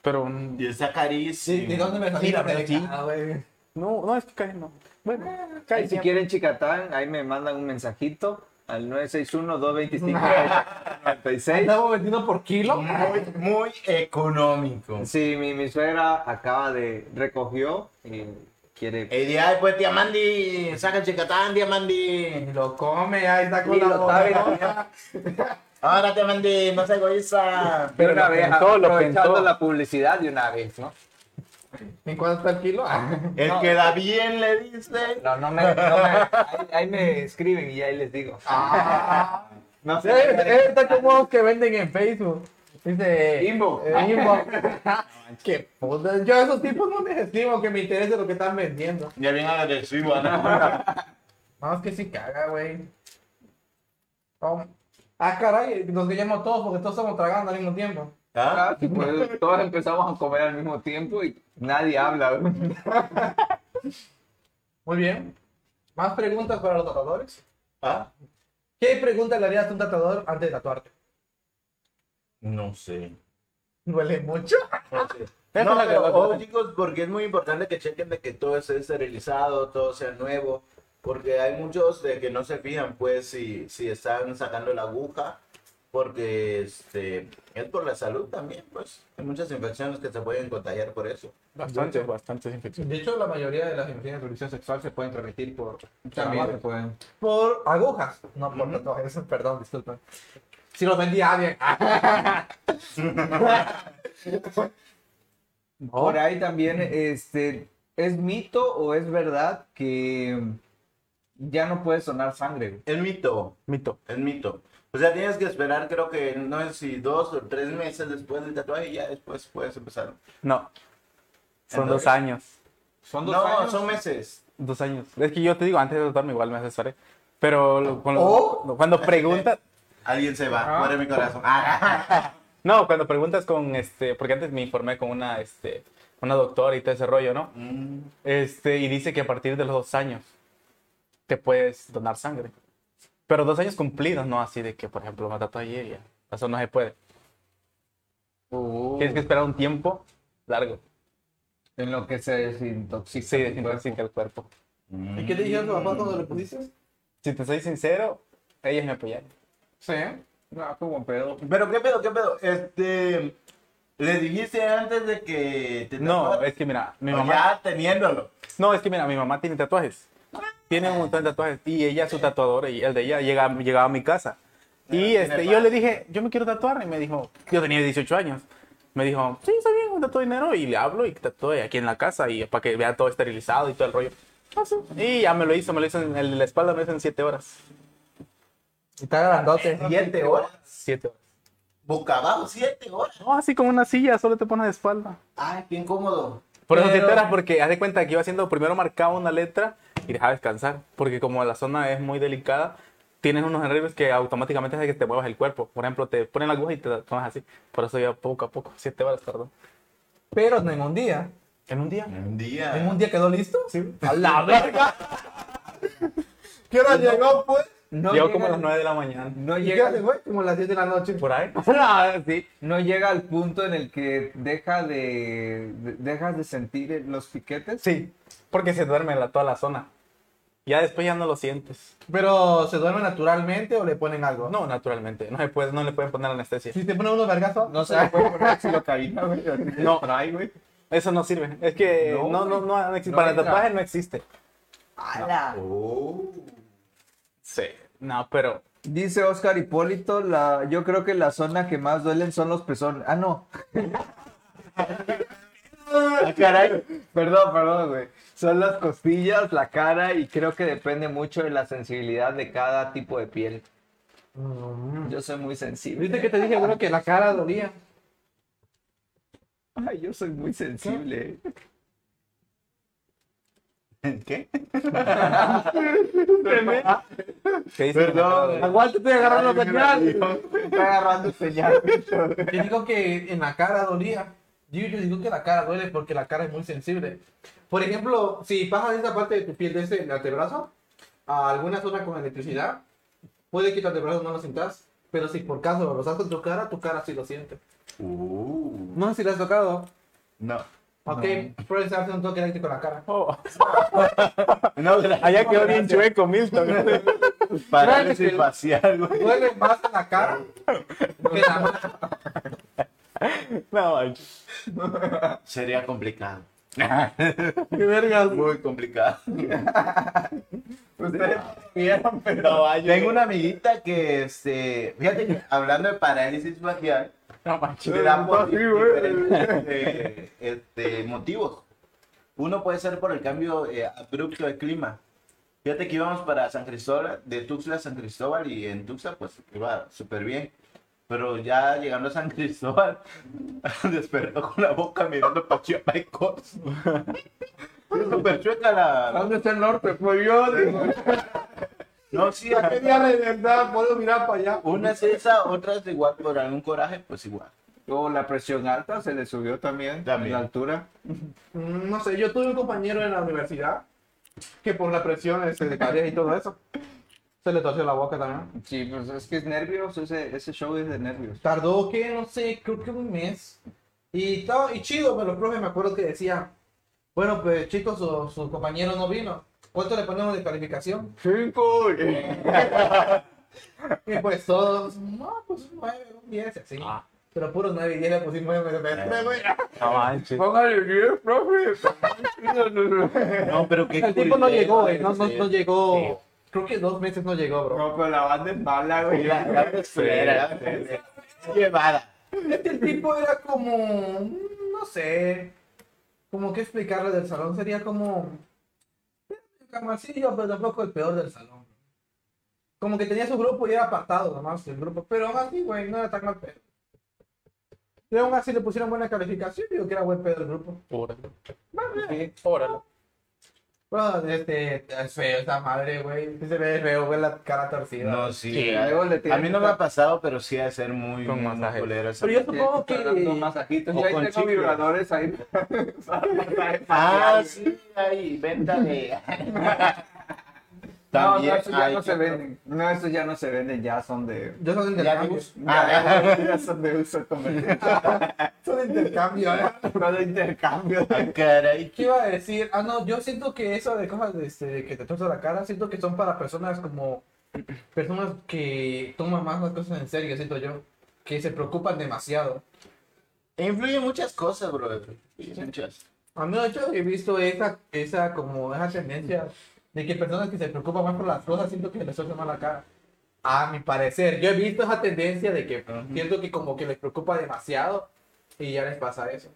Speaker 1: Pero mm,
Speaker 2: y esa caricia.
Speaker 3: ¿De dónde me salió?
Speaker 1: Mira, pero sí.
Speaker 3: Ah, güey.
Speaker 1: no, no es que cae, no. Bueno,
Speaker 4: Ahí
Speaker 1: cae
Speaker 4: si
Speaker 1: siempre.
Speaker 4: quieren Chicatán, ahí me mandan un mensajito al 961-225-96.
Speaker 3: Estamos vendiendo por kilo.
Speaker 2: Muy, muy económico.
Speaker 4: Sí, mi, mi suegra acaba de recogió y
Speaker 1: Eh,
Speaker 4: quiere...
Speaker 2: El día después, tía Mandy, saca chicatán, tía Mandy.
Speaker 3: Y lo come, ahí está con
Speaker 4: Y
Speaker 3: la
Speaker 4: lo sabe
Speaker 3: boca.
Speaker 2: Ahora, tía Mandy, no se egoísta.
Speaker 4: Pero una
Speaker 1: lo
Speaker 4: vez,
Speaker 1: pensó, lo
Speaker 4: aprovechando
Speaker 1: pensó.
Speaker 4: la publicidad de una vez, ¿no?
Speaker 3: ¿En cuánto está el kilo? Ah.
Speaker 2: El
Speaker 4: No.
Speaker 2: que da bien le dice.
Speaker 4: No, no me... no me- ahí, ahí me escriben y ahí les digo. No
Speaker 3: Sí,
Speaker 4: sé.
Speaker 3: eh, está como los que venden en Facebook. Dice.
Speaker 4: Inbox.
Speaker 3: eh, inbox. Qué puta. Yo a esos tipos no les estimo que me interese lo que están vendiendo.
Speaker 2: Ya bien agresivo, ¿no?
Speaker 3: Vamos que sí caga, güey. Vamos. Ah, caray, nos guillamos todos porque todos estamos tragando al mismo tiempo.
Speaker 2: ¿Ah?
Speaker 4: Ah, pues, todos empezamos a comer al mismo tiempo y nadie habla. güey.
Speaker 3: Muy bien. ¿Más preguntas para los tatuadores?
Speaker 2: ¿Ah?
Speaker 3: ¿Qué pregunta le harías a un tatuador antes de tatuarte?
Speaker 2: No sé.
Speaker 3: ¿Duele mucho?
Speaker 1: Esa
Speaker 2: No,
Speaker 1: es la que-
Speaker 2: pero,
Speaker 1: la-
Speaker 2: ojo, chicos, porque es muy importante que chequen de que todo esté esterilizado, todo sea nuevo, porque hay muchos de que no se fijan, pues, si, si están sacando la aguja, porque este, es por la salud también, pues. Hay muchas infecciones que se pueden contagiar por eso.
Speaker 1: Bastante, bastante infección.
Speaker 3: De hecho, la mayoría de las infecciones de origen sexual se pueden transmitir por
Speaker 4: También pueden.
Speaker 3: por agujas, no por tatuajes, perdón, disculpen. Si los vendía bien.
Speaker 4: Por ahí también, este, ¿es mito o es verdad que ya no puede sonar sangre? güey?
Speaker 2: Es mito,
Speaker 1: Mito.
Speaker 2: es mito. O sea, tienes que esperar, creo que, no sé si dos o tres meses después del tatuaje, y ya después puedes empezar.
Speaker 1: No. Son
Speaker 2: Entonces-
Speaker 1: dos años.
Speaker 4: Son
Speaker 2: no, son meses.
Speaker 1: Dos años. Es que yo te digo, antes de tatuarme igual me asesoré. Pero lo- con lo-
Speaker 3: ¿O?
Speaker 1: cuando preguntas.
Speaker 2: Alguien se va,
Speaker 3: Ajá.
Speaker 2: muere mi corazón. Ah,
Speaker 1: No, cuando preguntas con este. Porque antes me informé con una, este, una doctora y todo ese rollo, ¿no?
Speaker 2: mm.
Speaker 1: Este, y dice que a partir de los dos años te puedes donar sangre. Pero dos años cumplidos, no así de que, por ejemplo, me tatué ayer y ya. Eso no se puede.
Speaker 4: Oh,
Speaker 1: Tienes que esperar un tiempo largo.
Speaker 4: En lo que se desintoxica.
Speaker 1: Sí,
Speaker 4: tu
Speaker 1: desintoxica el cuerpo.
Speaker 3: ¿Y
Speaker 2: Mm.
Speaker 3: qué te dijeron tu papá cuando le pusiste?
Speaker 1: Si te soy sincero, ellas me apoyaron.
Speaker 4: Sí, no, como pedo.
Speaker 2: Pero qué pedo, qué pedo. Este, le dijiste antes de que te
Speaker 1: No,
Speaker 2: tatuaras?
Speaker 1: es que mira, mi
Speaker 2: O
Speaker 1: mamá.
Speaker 2: ya teniéndolo.
Speaker 1: No, es que mira, mi mamá tiene tatuajes. Tiene un montón de tatuajes. Y ella, su tatuador, y el de ella, llega, llegaba a mi casa. Y
Speaker 2: tiene
Speaker 1: este, yo
Speaker 2: padre.
Speaker 1: le dije, yo me quiero tatuar. Y me dijo, yo tenía 18 años. Me dijo, sí, está bien, un tatuaje dinero. Y le hablo y tatué aquí en la casa. Y para que vea todo esterilizado y todo el rollo. Ah, sí. Y ya me lo hizo, me lo hizo en el- la espalda, me lo hizo en 7 horas.
Speaker 3: Está grandote.
Speaker 2: Siete horas.
Speaker 1: 7 horas.
Speaker 2: Boca abajo, siete horas.
Speaker 1: No, así como una silla, solo te pones de espalda.
Speaker 2: Ay, qué incómodo.
Speaker 1: Por eso
Speaker 3: Pero-
Speaker 1: te enteras, porque haz de cuenta que iba haciendo, primero marcaba una letra y dejaba descansar, porque como la zona es muy delicada, tienes unos nervios que automáticamente hace que te muevas el cuerpo. Por ejemplo, te ponen la aguja y te la tomas así. Por eso yo poco a poco, siete horas tardó.
Speaker 3: Pero en un día.
Speaker 1: ¿En un día?
Speaker 2: Un día.
Speaker 3: ¿En un día quedó listo?
Speaker 1: Sí.
Speaker 3: A la verga. ¿Qué hora llegó, pues?
Speaker 4: No
Speaker 1: Llegó
Speaker 4: llega-
Speaker 1: como a las nueve de la mañana.
Speaker 4: No
Speaker 3: ¿Y qué
Speaker 4: llega,
Speaker 3: hace, güey? Como a las 10 de la noche.
Speaker 1: ¿Por ahí? Ah, sí.
Speaker 4: no llega al punto en el que deja de, de- dejas de sentir los piquetes.
Speaker 1: Sí, porque se duerme la, toda la zona. Ya después ya no lo sientes.
Speaker 3: Pero se duerme naturalmente o le ponen algo.
Speaker 1: No, naturalmente. No, se puede, no le pueden poner anestesia.
Speaker 3: Si te ponen unos vergazos,
Speaker 2: No se le puede poner xilocaína, güey.
Speaker 1: No.
Speaker 2: Spray, güey.
Speaker 1: Eso no sirve. Es que
Speaker 2: No,
Speaker 1: no, no, no, no exi-
Speaker 3: No
Speaker 1: para
Speaker 3: entra.
Speaker 1: tatuajes no existe.
Speaker 2: Oh.
Speaker 1: Sí. No, pero
Speaker 4: Dice Oscar Hipólito, la, yo creo que la zona que más duelen son los pezones. Ah, no.
Speaker 2: Ah, caray.
Speaker 4: Perdón, perdón, güey. Son las costillas, la cara y creo que depende mucho de la sensibilidad de cada tipo de piel. Yo soy muy sensible.
Speaker 3: ¿Viste que te dije, bueno, que la cara dolía?
Speaker 4: Ay, yo soy muy sensible.
Speaker 2: ¿Qué?
Speaker 1: ¿qué dice?
Speaker 2: Perdón.
Speaker 3: Aguántate, agarrando la señal.
Speaker 2: Está agarrando señal.
Speaker 3: Yo digo que en la cara dolía. Yo, yo digo que la cara duele porque la cara es muy sensible. Por ejemplo, si pasas esta parte de tu piel de este el antebrazo a alguna zona con electricidad, puede que tu antebrazo no lo sientas, pero si por caso lo rozas con tu cara, tu cara sí lo siente.
Speaker 2: Uh,
Speaker 3: No sé si lo has tocado.
Speaker 2: no.
Speaker 3: Ok, puedes hacer un toque eléctrico en la cara.
Speaker 1: Oh,
Speaker 2: No,
Speaker 1: allá quedó bien
Speaker 2: chueco.
Speaker 1: chueco, Milton.
Speaker 2: Parálisis
Speaker 3: Claro que-
Speaker 2: facial, güey.
Speaker 3: Duele más en la cara que en la mano.
Speaker 1: no, manches.
Speaker 2: Sería complicado.
Speaker 3: Qué vergas.
Speaker 2: Muy complicado.
Speaker 4: Ustedes
Speaker 2: Pero tengo una amiguita que, este, fíjate que hablando de parálisis facial,
Speaker 1: No, manches.
Speaker 2: le da por diferentes eh, este, motivos. Uno puede ser por el cambio eh, abrupto de clima. Fíjate que íbamos para San Cristóbal, de Tuxtla a San Cristóbal, y en Tuxtla pues iba súper bien. Pero ya llegando a San Cristóbal, despertó con la boca mirando para Chiapas y Corzo. Es súper chueca la...
Speaker 3: ¿Dónde está el norte? Pues yo digo,
Speaker 2: No, sí,
Speaker 3: ¿a qué día de verdad puedo mirar para allá?
Speaker 2: Una es esa, otra es igual por algún coraje, pues igual.
Speaker 4: O la presión alta se le subió también,
Speaker 2: También.
Speaker 4: la altura.
Speaker 3: Mm, No sé, yo tuve un compañero en la universidad que por la presión este, de caries y todo eso, se le torció la boca también.
Speaker 4: Sí, pues es que es nervios, ese, ese show es de nervios.
Speaker 3: Tardó que, no sé, creo que un mes. Y, todo, y chido, pero los profes me acuerdo que decían, bueno, pues chicos, su, su compañero no vino. ¿Cuánto le ponemos de calificación?
Speaker 4: Cinco.
Speaker 3: Y pues todos, no, pues un 9, un 10, así.
Speaker 1: Ah.
Speaker 3: Pero puros 9 y 10 le pusimos en semestre, güey.
Speaker 1: No, manches.
Speaker 4: Póngale 10, profe.
Speaker 2: No, pero qué
Speaker 3: El tipo no
Speaker 2: culero,
Speaker 3: llegó,
Speaker 2: güey,
Speaker 3: eh, no, no,
Speaker 2: sí.
Speaker 3: no llegó.
Speaker 1: Sí.
Speaker 3: Creo que dos meses no llegó, bro.
Speaker 4: No, pero la banda es mala, güey.
Speaker 2: La- la textura, la- Llevada.
Speaker 3: Este el tipo era como. mm, No sé. Como que explicarle del salón. Sería como. Camarcillo, pero tampoco el peor del salón. Como que tenía su grupo y era apartado nomás el grupo. Pero aún así, güey, no era tan mal pedo. Y aún así le pusieron buena calificación. Digo que era buen pedo el grupo.
Speaker 1: Órale.
Speaker 3: Sí.
Speaker 1: Órale.
Speaker 3: Bueno, este. Es feo esa madre, güey. Sí se ve feo, güey, la cara torcida.
Speaker 2: No, sí.
Speaker 1: Sí,
Speaker 2: a-
Speaker 4: luego le
Speaker 2: a
Speaker 4: tienen
Speaker 2: mí
Speaker 4: que
Speaker 2: no me
Speaker 4: estar-
Speaker 2: ha pasado, pero sí ha de ser muy,
Speaker 1: Con
Speaker 2: muy
Speaker 1: masajes.
Speaker 2: culero ese-
Speaker 3: Pero yo supongo que.
Speaker 4: Con masajitos.
Speaker 2: O
Speaker 4: Yo ahí
Speaker 2: con
Speaker 4: tengo
Speaker 2: chicles.
Speaker 4: vibradores ahí.
Speaker 2: Ah, sí, ahí, venta de... También
Speaker 4: no, no, esos ya
Speaker 2: hay
Speaker 4: no
Speaker 2: que-
Speaker 4: se venden. No, esos ya no se venden, ya son de.
Speaker 3: Yo soy de
Speaker 2: Ya
Speaker 3: intercambio.
Speaker 2: vimos. Ah,
Speaker 4: ya son de uso comercial.
Speaker 3: Soy de intercambio, eh.
Speaker 4: No de intercambio.
Speaker 2: ah, caray.
Speaker 3: ¿Qué iba a decir? Ah, no, yo siento que eso de cosas de, este, de que te torce la cara, siento que son para personas como. Personas que toman más las cosas en serio, siento yo. Que se preocupan demasiado.
Speaker 2: Influyen muchas cosas, brother. Influyen Muchas.
Speaker 3: A mí, yo he visto esa, esa, como, esa tendencia de que personas que se preocupan más por las cosas, siento que les torce más la cara. A mi parecer, yo he visto esa tendencia de que siento que como que les preocupa demasiado y ya les pasa eso.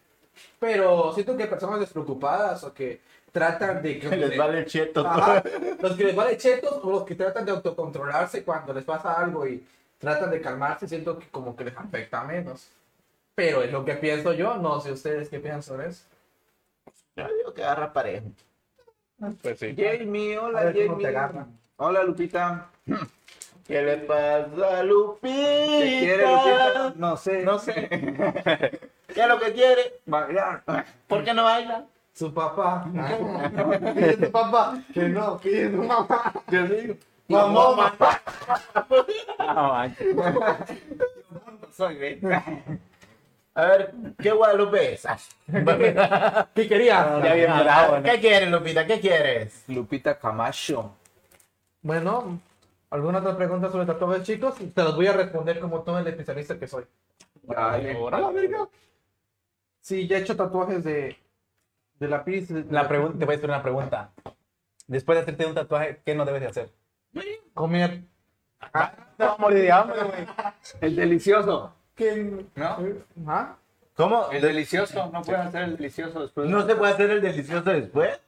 Speaker 3: Pero siento que personas despreocupadas o que tratan de que
Speaker 2: Les vale el cheto.
Speaker 3: Ajá. Los que les vale chetos o los que tratan de autocontrolarse cuando les pasa algo y tratan de calmarse, siento que como que les afecta menos. Pero es lo que pienso yo, no sé ustedes qué piensan sobre eso.
Speaker 2: Yo digo que agarra parejo.
Speaker 1: Pues sí.
Speaker 4: Jamie,
Speaker 3: A
Speaker 4: hola
Speaker 3: ver cómo te
Speaker 4: Jamie.
Speaker 3: agarra.
Speaker 4: Hola Lupita.
Speaker 2: ¿Qué le pasa a Lupita?
Speaker 4: ¿Qué quieres Lupita? No sé.
Speaker 2: No sé. ¿Qué es lo que quiere?
Speaker 4: Bailar.
Speaker 2: ¿Por qué no baila?
Speaker 3: Su papá. Dice tu papá que no, que dice tu mamá.
Speaker 4: Yo digo.
Speaker 3: Mamá, mamá.
Speaker 1: No, manches.
Speaker 4: Soy gay.
Speaker 2: A ver, ¿qué Guadalupe es? Ah,
Speaker 3: ¿Qué querías?
Speaker 1: Ya bien bravo, ¿no?
Speaker 2: ¿Qué quieres, Lupita? ¿Qué quieres?
Speaker 4: Lupita Camacho.
Speaker 3: Bueno, ¿alguna otra pregunta sobre tatuajes, chicos? Te los voy a responder como todo el especialista que soy.
Speaker 4: Dale.
Speaker 1: Ahora la verga.
Speaker 3: Sí, ya he hecho tatuajes de, de lápiz. de-
Speaker 1: La pregunta, te voy a hacer una pregunta. Después de hacerte un tatuaje, ¿qué no debes de hacer?
Speaker 3: Comer.
Speaker 1: Te vas a morir de hambre, güey.
Speaker 4: El delicioso. ¿No?
Speaker 3: ¿Ah?
Speaker 2: ¿Cómo?
Speaker 4: El delicioso. No puedes hacer el delicioso después.
Speaker 2: ¿No se puede hacer el delicioso después?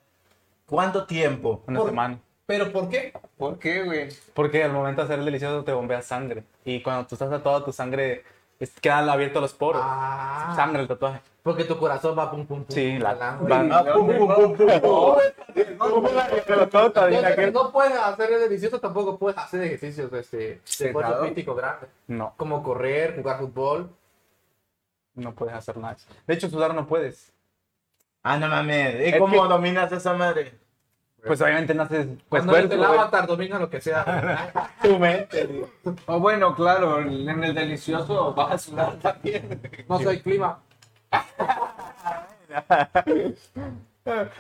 Speaker 2: ¿Cuánto tiempo?
Speaker 1: Una
Speaker 3: Por-
Speaker 1: semana.
Speaker 3: ¿Pero por qué?
Speaker 4: ¿Por qué, güey?
Speaker 1: Porque al momento de hacer el delicioso te bombeas sangre. Y cuando tú estás tatuado, tu sangre es- quedan abiertos los poros.
Speaker 3: Ah,
Speaker 1: Sangre el tatuaje.
Speaker 3: Porque tu corazón va pum pum pum.
Speaker 1: Sí, la-
Speaker 3: Alambre.
Speaker 1: va-
Speaker 2: Ah, pum, pum, pum, pum, pum.
Speaker 3: Entonces, si no puedes hacer el delicioso, tampoco puedes hacer ejercicios este, de
Speaker 4: Sentado.
Speaker 3: cuerpo físico grande.
Speaker 1: No,
Speaker 3: Como correr, jugar fútbol.
Speaker 1: no puedes hacer nada. de eso. De hecho, sudar no puedes.
Speaker 2: Ah, no mames. ¿Y
Speaker 1: Es
Speaker 2: cómo
Speaker 1: que-
Speaker 2: dominas esa madre?
Speaker 1: Pues obviamente no haces pues,
Speaker 3: Cuando eres
Speaker 1: esfuerzo,
Speaker 3: el
Speaker 1: güey.
Speaker 3: avatar domina lo que sea.
Speaker 1: Tu mente.
Speaker 4: O bueno, claro, en el delicioso vas a sudar también.
Speaker 3: No soy clima.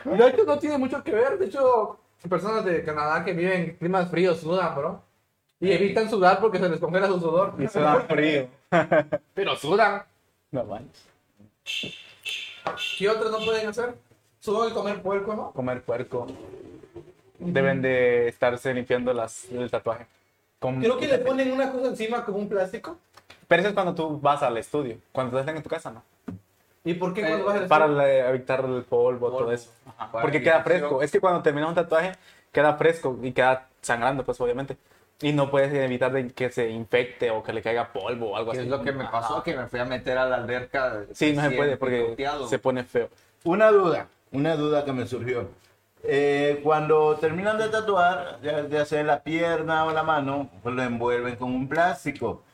Speaker 3: De hecho, no tiene mucho que ver. De hecho, personas de Canadá que viven en climas fríos sudan, bro. Y evitan sudar porque se les congela su sudor.
Speaker 1: Y suda frío.
Speaker 3: Pero sudan.
Speaker 1: No manches.
Speaker 3: ¿Qué otros no pueden hacer? Solo el comer puerco, ¿no?
Speaker 1: Comer puerco. Deben de estarse limpiando las, el tatuaje. Con-
Speaker 3: Creo que le ponen una cosa encima como un plástico.
Speaker 1: Pero eso es cuando tú vas al estudio. Cuando estás en tu casa, ¿no?
Speaker 3: ¿Y por qué
Speaker 4: Eh,
Speaker 3: cuando vas al
Speaker 1: Para
Speaker 3: estudio?
Speaker 1: la- evitar el polvo,
Speaker 3: Polvo.
Speaker 1: todo eso. Ajá,
Speaker 4: Para
Speaker 1: Porque queda
Speaker 4: evitación.
Speaker 1: fresco. Es que cuando terminas un tatuaje, queda fresco y queda sangrando, pues obviamente. Y no puedes evitar de que se infecte o que le caiga polvo o algo
Speaker 4: Que
Speaker 1: así.
Speaker 4: es lo que me pasó, que me fui a meter a la alberca.
Speaker 1: Sí, no se
Speaker 4: recién
Speaker 1: puede porque
Speaker 4: picoteado.
Speaker 1: se pone feo.
Speaker 2: Una duda, una duda que me surgió. Eh, cuando terminan de tatuar, ya, ya sea la pierna o la mano, pues lo envuelven con un plástico.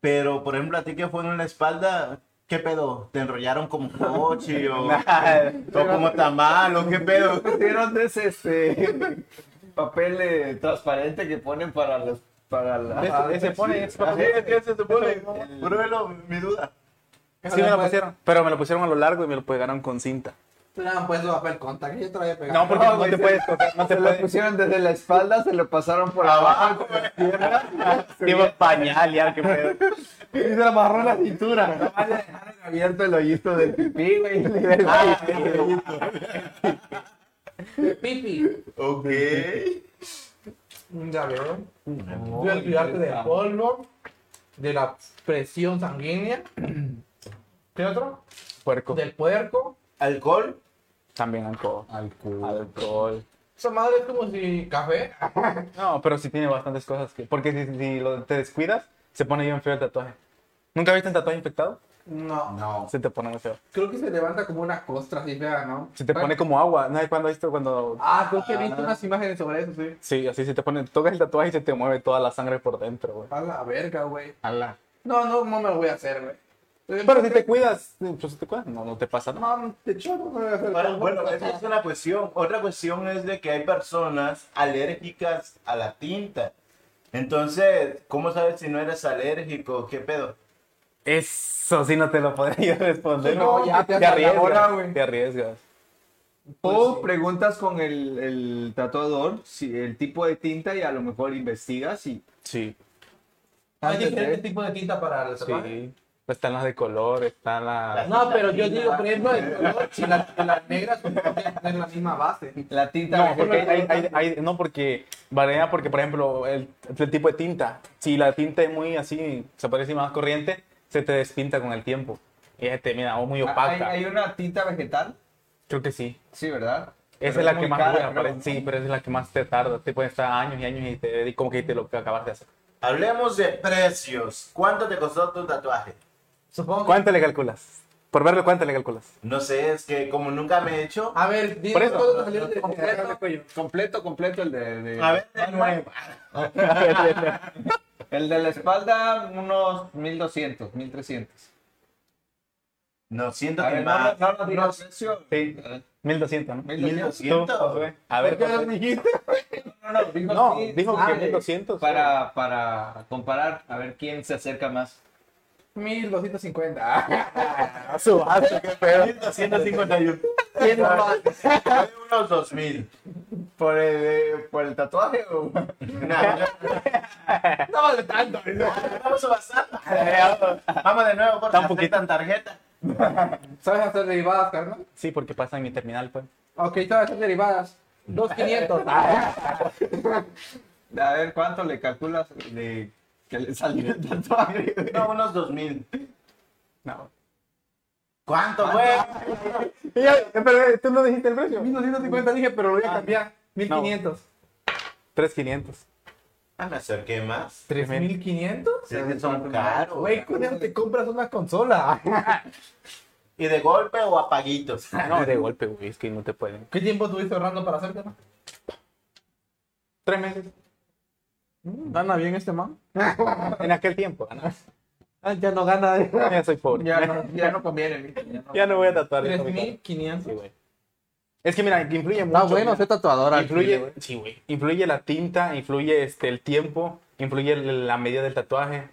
Speaker 2: Pero, por ejemplo, a ti que fue en la espalda, ¿qué pedo? ¿Te enrollaron como coche o, o como tamal o qué pedo?
Speaker 4: ¿Vieron de ese este, papel eh, transparente que ponen para los para la-
Speaker 1: Ese- Ah, ese pone, ese
Speaker 4: Ah,
Speaker 1: papel.
Speaker 4: ese-
Speaker 2: se supone? Pruébelo, mi duda.
Speaker 1: Sí me lo pusieron, pero me lo pusieron a lo largo y me lo pegaron con cinta.
Speaker 3: Te dan pues su papel contact. Yo te lo había pegado.
Speaker 1: No, porque
Speaker 4: no,
Speaker 1: no,
Speaker 4: güey,
Speaker 1: te
Speaker 4: se-
Speaker 1: puedes tocar, no te
Speaker 4: Se lo
Speaker 1: puedes.
Speaker 4: pusieron desde la espalda, se lo pasaron por abajo, por las piernas.
Speaker 1: Llevo pañal ya, qué pedo.
Speaker 4: Y se lo amarró en la cintura. Nomás le dejaron abierto el hoyito del pipí, güey. Ah,
Speaker 1: Ah,
Speaker 3: Pipi.
Speaker 2: Ok.
Speaker 3: Mm, Ya veo. Voy
Speaker 4: Voy
Speaker 3: a olvidarte del polvo, de la presión sanguínea. ¿Qué otro?
Speaker 1: Puerco.
Speaker 3: Del puerco.
Speaker 2: ¿Alcohol?
Speaker 1: También alcohol. Alcohol.
Speaker 3: Esa madre es como si café.
Speaker 1: No, pero sí tiene bastantes cosas. Que... Porque si, si lo- te descuidas, se pone bien feo el tatuaje. ¿Nunca viste un tatuaje infectado?
Speaker 3: No.
Speaker 4: No.
Speaker 1: Se te pone muy feo.
Speaker 3: Creo que se levanta como una costra así fea, ¿no?
Speaker 1: Se te pone como agua. ¿No cuando esto? Cuando...
Speaker 3: Ah, creo que he visto unas imágenes sobre eso, sí.
Speaker 1: Sí, así se te pone... Tocas el tatuaje y se te mueve toda la sangre por dentro, güey.
Speaker 3: A la verga, güey.
Speaker 4: Ala.
Speaker 3: No, no, no me lo voy a hacer, güey.
Speaker 1: Pero si te cuidas, pues si te cuidas, no, no te pasa nada.
Speaker 3: No, de hecho no me voy a hacer.
Speaker 2: Ahora, bueno, esa es una cuestión. Otra cuestión es de que hay personas alérgicas a la tinta. Entonces, ¿cómo sabes si no eres alérgico? ¿Qué pedo?
Speaker 1: Eso sí no te lo podría responder.
Speaker 3: No, ya te
Speaker 1: te
Speaker 3: hacen la bola,
Speaker 1: arriesgas.
Speaker 3: güey.
Speaker 1: Te arriesgas. pues
Speaker 4: O preguntas con el, el tatuador si el tipo de tinta y a lo mejor investigas y
Speaker 1: Sí.
Speaker 3: Hay
Speaker 4: antes de-
Speaker 3: diferentes tipos de tinta para el tatuaje.
Speaker 1: Sí. Están las de color, están las...
Speaker 3: No, pero yo digo, por ejemplo, el color, si las las negras pues, no tienen que tener la misma base.
Speaker 4: la tinta Ah,
Speaker 1: No, porque hay- hay- hay- no, porque varía porque, por ejemplo, el, el tipo de tinta. Si la tinta es muy así, se parece más corriente, se te despinta con el tiempo. Y se te mira o muy
Speaker 4: hay,
Speaker 1: opaca.
Speaker 4: Ah, hay una tinta vegetal,
Speaker 1: Creo que sí.
Speaker 4: sí, ¿verdad?
Speaker 1: Esa
Speaker 4: Pero
Speaker 1: es la
Speaker 4: muy
Speaker 1: que más
Speaker 4: cara,
Speaker 1: dura,
Speaker 4: creo.
Speaker 1: parece- sí, pero esa es la que más te tarda. Te puede estar años y años y, te, y como que te lo acabas de hacer.
Speaker 2: Hablemos de precios. ¿Cuánto te costó tu tatuaje?
Speaker 3: Supongo que...
Speaker 1: ¿Cuánto le calculas? Por verlo, ¿cuánto le calculas?
Speaker 2: No sé, es que como nunca me he hecho.
Speaker 3: A ver,
Speaker 1: Por
Speaker 3: dime
Speaker 1: eso.
Speaker 3: cuándo te salió el de completo.
Speaker 4: Completo, completo el de, de-
Speaker 2: A ver, de nuevo.
Speaker 4: el de la espalda unos 1200, 1300.
Speaker 2: No, siento
Speaker 4: A
Speaker 2: que
Speaker 4: ver, no,
Speaker 2: más.
Speaker 4: no, no, digas precio.
Speaker 1: Sí, 1200, ¿no?
Speaker 4: 1200.
Speaker 1: Tú, Josué, A ver, Josué.
Speaker 3: dijiste?
Speaker 4: No, no, dijo,
Speaker 1: No,
Speaker 4: sí,
Speaker 1: dijo que
Speaker 4: ah,
Speaker 1: 1200.
Speaker 4: Para, para comparar, a ver quién se acerca más.
Speaker 3: Ah, 1250.
Speaker 1: Subasta, qué pedo.
Speaker 2: 151.
Speaker 4: ¿Quién no lo hace?
Speaker 2: Hay unos 2000.
Speaker 4: ¿Por el, eh, por el tatuaje o...?
Speaker 2: Nah,
Speaker 4: No vale tanto.
Speaker 2: vamos a pasar. Vamos de nuevo porque
Speaker 1: Tan
Speaker 2: aceptan
Speaker 1: poquito.
Speaker 2: tarjeta.
Speaker 3: ¿Sabes hacer derivadas, carnal?
Speaker 1: Sí, porque pasa en mi terminal, pues.
Speaker 3: Ok, ¿sabes hacer derivadas? Ah, 2500.
Speaker 4: A ver, ¿cuánto le calculas de que le salió el tatuaje?
Speaker 2: No, unos 2000.
Speaker 1: No.
Speaker 2: ¿Cuánto, güey?
Speaker 3: pero eh, tú no dijiste el precio. 1250 dije, pero lo voy a cambiar. 1500.
Speaker 1: 3,500.
Speaker 2: Ah, me acerqué más.
Speaker 3: 3500?
Speaker 2: Sí, que son caros.
Speaker 3: Güey, con eso te compras una consola.
Speaker 2: ¿Y de golpe o apaguitos?
Speaker 1: No, de golpe, güey, es que no te pueden.
Speaker 3: ¿Qué tiempo estuviste ahorrando para hacértela?
Speaker 1: Tres meses.
Speaker 3: Mm.
Speaker 1: ¿Gana bien este man? en aquel tiempo. gana.
Speaker 3: Ah, ya no gana.
Speaker 1: Ya soy pobre.
Speaker 4: Ya no, ya no conviene. Ya no,
Speaker 1: Ya no voy a tatuar. esta mitad.
Speaker 3: 3500.
Speaker 1: Sí, güey. Es que mira, que influye mucho.
Speaker 3: Está bueno
Speaker 1: mira.
Speaker 3: ser tatuadora.
Speaker 1: influye, sí, güey. influye la tinta, influye este, el tiempo, influye el- la medida del tatuaje,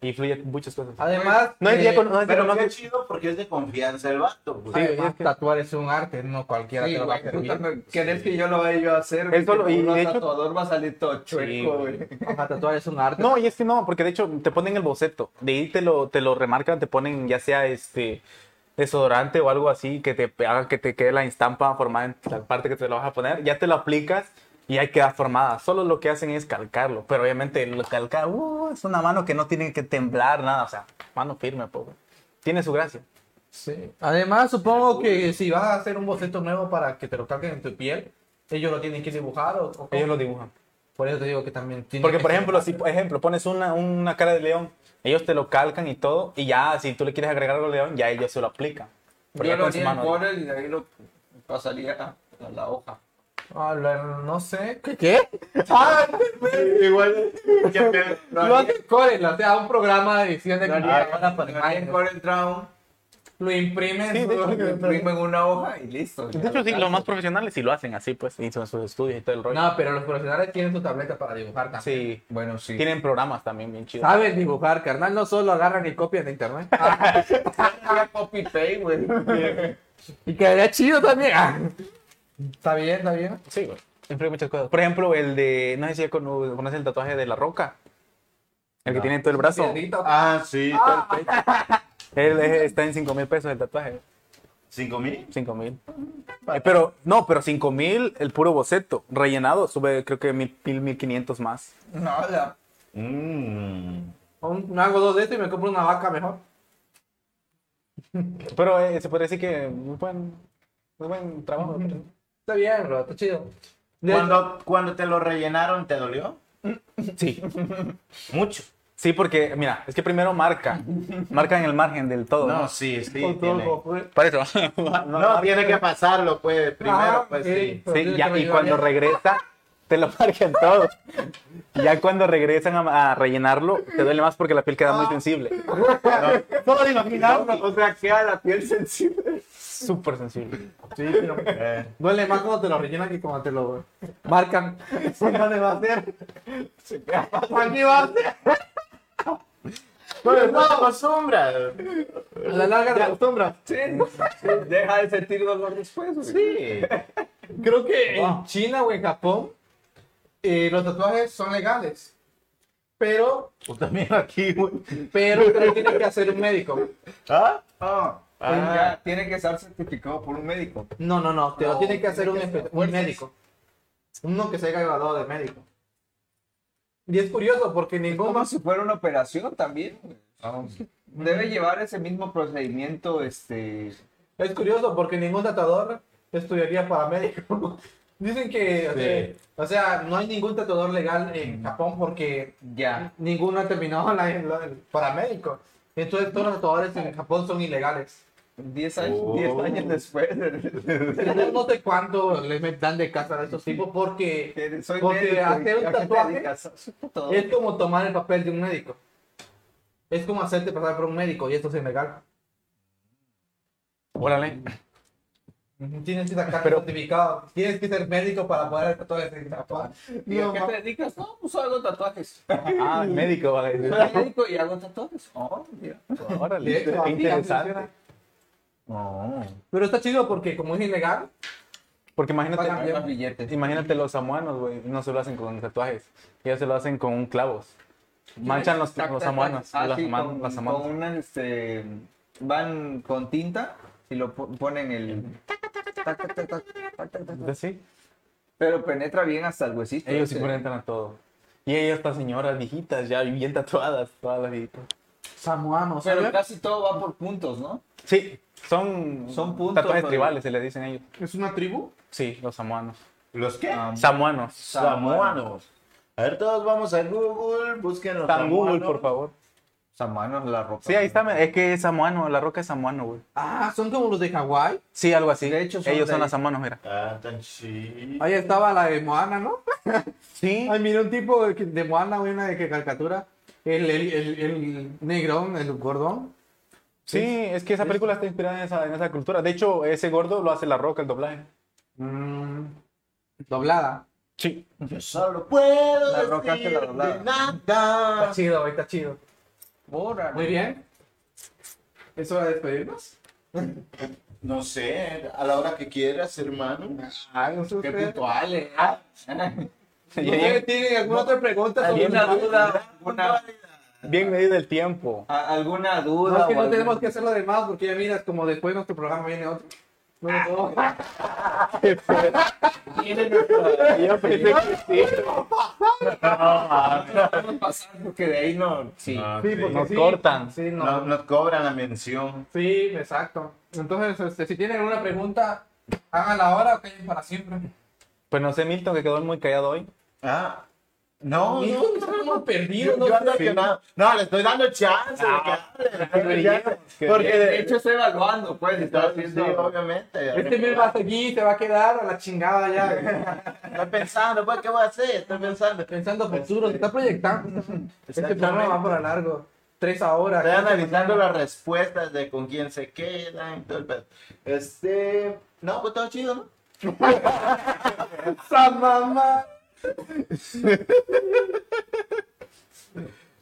Speaker 1: influye muchas cosas.
Speaker 3: Además,
Speaker 1: no es
Speaker 3: eh,
Speaker 1: día con- no es día
Speaker 2: Ah, Pero
Speaker 1: con-
Speaker 2: qué chido porque es de confianza el vato. güey.
Speaker 1: Sí,
Speaker 3: además,
Speaker 1: es que-
Speaker 3: tatuar es un arte, no cualquiera
Speaker 4: Sí,
Speaker 3: te lo va a
Speaker 4: güey,
Speaker 3: hacer
Speaker 4: puta,
Speaker 3: bien.
Speaker 4: me- ¿Querés que yo lo vaya yo a hacer? güey?
Speaker 1: solo-
Speaker 4: Que
Speaker 1: y
Speaker 4: uno
Speaker 1: de hecho-
Speaker 4: tatuador va a salir todo chueco,
Speaker 1: güey.
Speaker 4: güey.
Speaker 3: Ajá, tatuar es un arte.
Speaker 1: No, y es que no, porque de hecho te ponen el boceto, de ahí te lo, te lo remarcan, te ponen ya sea este desodorante o algo así que te pe- haga que te quede la estampa formada en la parte que te la vas a poner, ya te lo aplicas y ahí queda formada. Solo lo que hacen es calcarlo, pero obviamente lo calcar uh, es una mano que no tiene que temblar nada, o sea, mano firme, pobre. Tiene su gracia.
Speaker 3: Sí. Además, supongo que si vas a hacer un boceto nuevo para que te lo calquen en tu piel, ellos lo tienen que dibujar o, o-
Speaker 1: Ellos lo dibujan.
Speaker 3: Por eso te digo que también tiene
Speaker 1: Porque,
Speaker 3: que
Speaker 1: por
Speaker 3: ser-
Speaker 1: ejemplo, si por ejemplo pones una, una cara de león, ellos te lo calcan y todo, y ya si tú le quieres agregar algo de león, ya ellos se lo aplican. Pero
Speaker 4: Yo
Speaker 1: ya
Speaker 4: lo
Speaker 1: con su
Speaker 4: haría en
Speaker 1: mano.
Speaker 4: Corel y de ahí lo pasaría a, a la hoja.
Speaker 3: Ah, la- no sé. ¿Qué? ¿Qué?
Speaker 2: Igual. qué pedo.
Speaker 3: Lo hace Corel, o sea, un programa de edición de
Speaker 4: Lo haría,
Speaker 3: computadora para
Speaker 4: lo haría en
Speaker 3: imágenes.
Speaker 4: Corel Draw,
Speaker 3: Lo imprimes.
Speaker 1: Sí, de hecho, que-
Speaker 3: lo
Speaker 4: lo imprimo
Speaker 3: imprimes.
Speaker 4: en una hoja y listo.
Speaker 1: De hecho, sí, los más profesionales sí lo hacen así, pues, y son sus estudios y todo el rollo.
Speaker 3: No, pero los profesionales tienen su tableta para dibujar también.
Speaker 1: sí,
Speaker 4: Bueno, sí.
Speaker 1: tienen programas también bien chidos.
Speaker 3: Sabes dibujar, carnal. No solo agarran y copian de internet.
Speaker 4: copy paste, güey.
Speaker 3: y quedaría chido también. Ah. Está bien, está bien.
Speaker 1: Sí, güey. Siempre hay muchas cosas. Por ejemplo, el de, no sé si ya cono- conoces el tatuaje de la roca. El que tiene en todo el brazo.
Speaker 3: Piedrita,
Speaker 2: Ah, sí.
Speaker 1: Él es- está en 5 mil pesos el tatuaje.
Speaker 2: ¿Cinco mil?
Speaker 1: 5 mil. Eh, Pero, no, pero 5 mil el puro boceto. Rellenado, sube creo que mil, mil, mil quinientos más.
Speaker 4: No, la...
Speaker 2: Mmm.
Speaker 3: Un- Me hago dos de estos y me compro una vaca mejor.
Speaker 1: Pero eh, se podría decir que muy buen, muy buen trabajo.
Speaker 3: Está bien, bro, está chido. De
Speaker 2: Cuando, cuando te lo rellenaron, ¿te dolió?
Speaker 1: Sí.
Speaker 2: Mucho.
Speaker 1: Sí, porque, mira, es que primero marca. Marca en el margen del todo.
Speaker 2: No,
Speaker 1: ¿no?
Speaker 2: sí, sí.
Speaker 3: hecho, con
Speaker 2: Tiene.
Speaker 3: todo, pues.
Speaker 1: Por eso.
Speaker 2: No,
Speaker 1: Ah,
Speaker 2: tiene que pasarlo, pues, primero,
Speaker 3: Ajá,
Speaker 2: pues,
Speaker 3: Ah, sí.
Speaker 2: sí.
Speaker 3: Pero
Speaker 1: Sí,
Speaker 3: tiene
Speaker 1: ya,
Speaker 3: que
Speaker 1: y
Speaker 3: llevar
Speaker 1: cuando
Speaker 3: bien.
Speaker 1: regresa, te lo marcan todo. Ya cuando regresan a, a rellenarlo, te duele más porque la piel queda muy sensible.
Speaker 2: Todo
Speaker 4: O sea, queda la piel sensible.
Speaker 1: Súper sensible.
Speaker 3: Sí, pero duele más cuando te lo rellenan que cuando te lo marcan. ¿Qué va a hacer? ¿Qué va a hacer?
Speaker 2: Pero no te acostumbras.
Speaker 3: A la larga te acostumbras.
Speaker 4: Sí. Deja de sentir dolor después, güey.
Speaker 2: Sí.
Speaker 3: Creo que en
Speaker 1: Wow.
Speaker 3: China o en Japón eh, los tatuajes son legales. Pero,
Speaker 2: Pues también aquí, güey.
Speaker 3: pero te lo tiene que hacer un médico.
Speaker 2: ¿Ah?
Speaker 4: Ah,
Speaker 2: Ah.
Speaker 4: ya, tiene que estar certificado por un médico.
Speaker 3: No, no, no. Te lo
Speaker 4: No,
Speaker 3: tiene que
Speaker 4: tiene
Speaker 3: hacer
Speaker 4: que
Speaker 3: un,
Speaker 4: ser
Speaker 3: espe- un
Speaker 4: fuerzas.
Speaker 3: médico. Uno que se haya graduado de médico. Y es curioso porque ningún
Speaker 4: Como si fuera una operación también. güey. Debe llevar ese mismo procedimiento, este...
Speaker 3: Es curioso porque ningún tatuador estudiaría para médico. Dicen que, o
Speaker 2: Sí.
Speaker 3: sea, o sea, no hay ningún tatuador legal en Japón porque
Speaker 4: Ya.
Speaker 3: ninguno ha terminado la, la- el paramédico. Entonces todos los tatuadores en Japón son ilegales.
Speaker 4: 10 años,
Speaker 2: Oh.
Speaker 4: 10 años después.
Speaker 3: No, no sé cuánto les met- dan de casa a estos tipos porque
Speaker 4: Que Soy
Speaker 3: Porque
Speaker 4: médico,
Speaker 3: hacer un
Speaker 4: ¿a qué te
Speaker 3: tatuaje
Speaker 4: dedicas? Soy tatuador.
Speaker 3: es como tomar el papel de un médico. Es como hacerte pasar por un médico y esto es ilegal.
Speaker 1: Órale.
Speaker 3: Tienes que sacar
Speaker 1: Pero-
Speaker 3: certificado. Tienes que ser médico para poder hacer todo ese tatuaje.
Speaker 5: ¿Y a
Speaker 2: No,
Speaker 5: qué
Speaker 2: ma-
Speaker 5: te dedicas? No, pues hago tatuajes.
Speaker 1: Ah, médico, va a decir.
Speaker 5: Soy médico y hago tatuajes. Oh, mira.
Speaker 1: Órale,
Speaker 3: Bien,
Speaker 1: qué interesante.
Speaker 3: funciona.
Speaker 2: No.
Speaker 3: Pero está chido porque como es ilegal,
Speaker 1: Porque imagínate,
Speaker 3: Pagan bien.
Speaker 5: Más billetes.
Speaker 1: imagínate los samuanos, güey, no se lo hacen con tatuajes, ellos se lo hacen con clavos. Manchan los,
Speaker 5: Tac,
Speaker 1: los
Speaker 5: tac,
Speaker 1: samuanos,
Speaker 5: tac. Ah,
Speaker 1: las,
Speaker 5: sí,
Speaker 1: man-
Speaker 5: con-
Speaker 1: las samuanas.
Speaker 4: Con una, este, van con tinta y lo po- ponen el... tac, tac, tac, tac, tac, tac, tac.
Speaker 1: Entonces, sí,
Speaker 4: Pero penetra bien hasta el huesito.
Speaker 1: ellos
Speaker 4: ese.
Speaker 1: sí entran a todo. Y ellas, estas señoras viejitas, ya bien tatuadas, todas las viejitas.
Speaker 3: samuano,
Speaker 5: Pero
Speaker 3: ¿sabes?
Speaker 5: casi todo va por puntos, ¿no?
Speaker 1: Sí, son,
Speaker 4: Son puntos,
Speaker 1: tatuajes
Speaker 4: güey.
Speaker 1: tribales, se le dicen a ellos.
Speaker 3: ¿Es una tribu?
Speaker 1: Sí, los samuanos.
Speaker 2: ¿Los qué?
Speaker 4: Ah,
Speaker 1: Samuanos.
Speaker 2: Samuanos. A ver, todos vamos a Google, busquen los
Speaker 1: Tan Google,
Speaker 2: samuanos.
Speaker 1: por favor.
Speaker 4: Samanos la ropa.
Speaker 1: Sí, ahí está, es que es samuano, la roca es samuano, güey.
Speaker 3: Ah, son como los de Hawái.
Speaker 1: Sí, algo así.
Speaker 4: De hecho, son
Speaker 1: ellos
Speaker 4: de
Speaker 1: son
Speaker 4: ahí.
Speaker 1: las samuanos, mira.
Speaker 2: Ah, tan chido.
Speaker 3: Ahí estaba la de Moana, ¿no?
Speaker 1: Sí,
Speaker 3: Ay, mira, un tipo de, que- de Moana, güey, una de que caricatura. El, el, el, el negrón, el gordón.
Speaker 1: Sí, es que esa película está inspirada en esa, en esa cultura. De hecho, ese gordo lo hace La Roca, el doblaje.
Speaker 3: Mm, doblada.
Speaker 1: Sí.
Speaker 2: Yo solo puedo
Speaker 4: La roca
Speaker 2: decir
Speaker 4: te la doblaba.
Speaker 2: de nada.
Speaker 3: Está chido, güey, está chido.
Speaker 4: Órale.
Speaker 3: Muy bien. ¿Es hora de despedirnos?
Speaker 2: No sé, a la hora que quieras, hermano.
Speaker 3: Ah, no sé
Speaker 5: Qué
Speaker 3: ustedes.
Speaker 5: puntual, ¿eh?
Speaker 2: Ah.
Speaker 3: ¿No ustedes ¿Tienen alguna otra pregunta? sobre
Speaker 1: ¿Alguna
Speaker 3: el-
Speaker 4: duda? Alguna,
Speaker 1: Bien medido el tiempo.
Speaker 4: a- alguna
Speaker 3: No,
Speaker 4: duda?
Speaker 3: es que
Speaker 4: o
Speaker 3: no
Speaker 4: algún-
Speaker 3: tenemos que hacer lo demás porque ya miras, como después de nuestro programa viene otro. No, no,
Speaker 2: Ah,
Speaker 3: no.
Speaker 5: Tiene nuestra-
Speaker 1: Yo pensé que sí.
Speaker 5: no podemos pasar porque de ahí no. Sí.
Speaker 2: Ah,
Speaker 3: Sí, porque
Speaker 1: Nos
Speaker 3: sí,
Speaker 1: cortan.
Speaker 3: Sí, no.
Speaker 2: No, nos cobran la mención.
Speaker 3: Sí, exacto. Entonces, este, si tienen alguna pregunta, háganla ahora o callen para siempre.
Speaker 1: Pues no sé, Milton, que quedó muy callado hoy.
Speaker 2: Ah, no, no.
Speaker 3: Hijo, que estamos perdidos,
Speaker 2: Yo-
Speaker 3: no
Speaker 2: yo ando
Speaker 3: sé.
Speaker 2: quemado. No, le estoy dando chance. de que hable, porque Ah, ya-
Speaker 1: que-
Speaker 5: De
Speaker 2: Porque de
Speaker 5: hecho, estoy evaluando, pues. Está
Speaker 2: Entonces, sí,
Speaker 5: haciendo.
Speaker 2: obviamente.
Speaker 3: Este mes va hasta aquí, te va a quedar a la chingada ya.
Speaker 2: Estoy pensando, pues, ¿qué voy a hacer? Estoy pensando.
Speaker 3: Pensando futuro, se está proyectando. Este
Speaker 2: Exactamente.
Speaker 3: programa va para largo. Tres ahora.
Speaker 2: Estoy
Speaker 3: quince
Speaker 2: analizando
Speaker 3: mañana.
Speaker 2: las respuestas de con quién se quedan y todo el pedo. Este. No, pues todo chido, ¿no?
Speaker 3: ¡Esa mamá!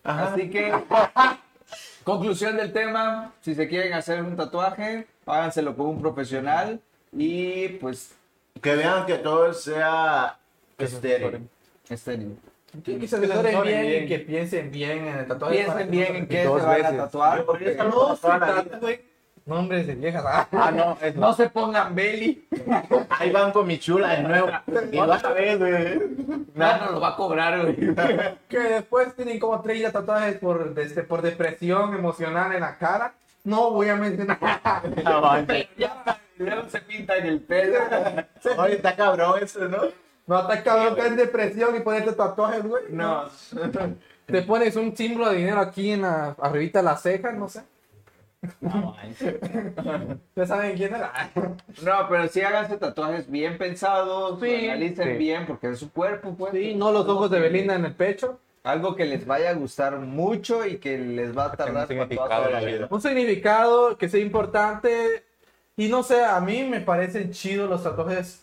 Speaker 4: Así que, conclusión del tema, si se quieren hacer un tatuaje, háganselo con un profesional y pues
Speaker 2: Que vean que todo sea estéril.
Speaker 4: estéril.
Speaker 3: Que se
Speaker 1: se
Speaker 3: asesoren
Speaker 1: asesoren
Speaker 3: bien,
Speaker 1: bien.
Speaker 3: y que piensen bien en el tatuaje. para
Speaker 4: Piensen
Speaker 3: que
Speaker 4: bien
Speaker 3: no
Speaker 4: en
Speaker 3: se-
Speaker 4: qué se
Speaker 1: dos
Speaker 4: van a
Speaker 1: veces.
Speaker 4: tatuar.
Speaker 2: Porque
Speaker 4: porque
Speaker 2: esta no, toda la vida.
Speaker 3: Nombres de viejas. ah.
Speaker 1: Ah, no, es
Speaker 4: No se pongan belly,
Speaker 2: Ahí van con mi chula de nuevo. Y vas a ver, güey.
Speaker 5: Nada nos lo va a cobrar, güey.
Speaker 3: Que después tienen como 30 tatuajes por, este, por depresión emocional en la cara. No voy a mencionar.
Speaker 2: No, manches.
Speaker 4: ya luego se pintan el pelo.
Speaker 2: Oye, está cabrón eso, ¿no?
Speaker 3: No está cabrón que en depresión y ponerte tatuajes, güey.
Speaker 2: No.
Speaker 3: Te pones un símbolo de dinero aquí en la, arribita de la ceja, no sé. Ya saben quién era.
Speaker 4: No, pero sí háganse tatuajes bien pensados,
Speaker 3: Sí.
Speaker 4: analicen
Speaker 1: Sí.
Speaker 4: bien porque es su cuerpo, pues.
Speaker 3: Sí, no los ojos de Belinda en el pecho.
Speaker 4: Algo que les vaya a gustar mucho y que les va a tardar
Speaker 1: Tenga
Speaker 4: para toda
Speaker 1: significado
Speaker 4: la
Speaker 1: la
Speaker 4: vida.
Speaker 1: vida.
Speaker 3: Un significado que sea importante. Y no sé, a mí me parecen chidos los tatuajes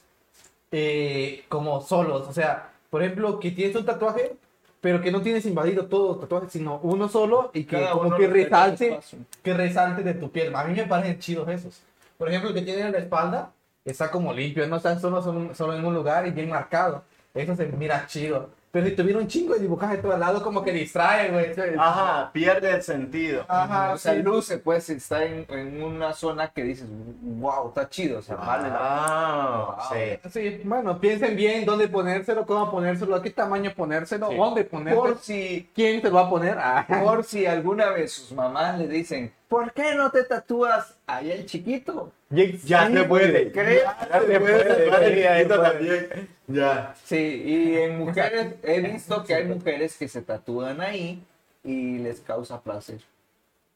Speaker 3: eh, como solos. O sea, por ejemplo, que tienes un tatuaje, pero que no tienes invadido todos los tatuajes, sino uno solo y que
Speaker 4: Cada
Speaker 3: como
Speaker 4: uno
Speaker 3: que
Speaker 4: respeta su
Speaker 3: resalte,
Speaker 4: espacio.
Speaker 3: que resalte de tu piel. A mí me parecen chidos esos. Por ejemplo, el que tiene en la espalda está como limpio, no está solo, solo, solo en un lugar y bien marcado. Eso se mira chido. Pero si tuviera un chingo de dibujaje de todo al lado, como que distrae, güey.
Speaker 2: Ajá, pierde el sentido.
Speaker 3: Ajá,
Speaker 4: o sea,
Speaker 3: sí.
Speaker 4: luce, pues, si está en, en una zona que dices, wow, está chido, o sea, vale la
Speaker 2: Ah, sí.
Speaker 3: Sí, bueno, piensen bien dónde ponérselo, cómo ponérselo, a qué tamaño ponérselo,
Speaker 1: Sí.
Speaker 3: dónde ponérselo,
Speaker 4: Por si,
Speaker 3: quién te lo va a poner. Ah.
Speaker 4: por si alguna vez sus mamás le dicen, ¿por qué no te tatúas ahí el chiquito?
Speaker 2: Ya
Speaker 1: Sí,
Speaker 2: se puede.
Speaker 1: güey.
Speaker 4: ¿Crees?
Speaker 2: Ya se puede.
Speaker 1: puede,
Speaker 2: puede,
Speaker 1: ya se
Speaker 2: chiquito
Speaker 1: puede.
Speaker 2: también. Ya.
Speaker 4: Sí, y en mujeres, he visto que hay mujeres que se tatúan ahí y les causa placer.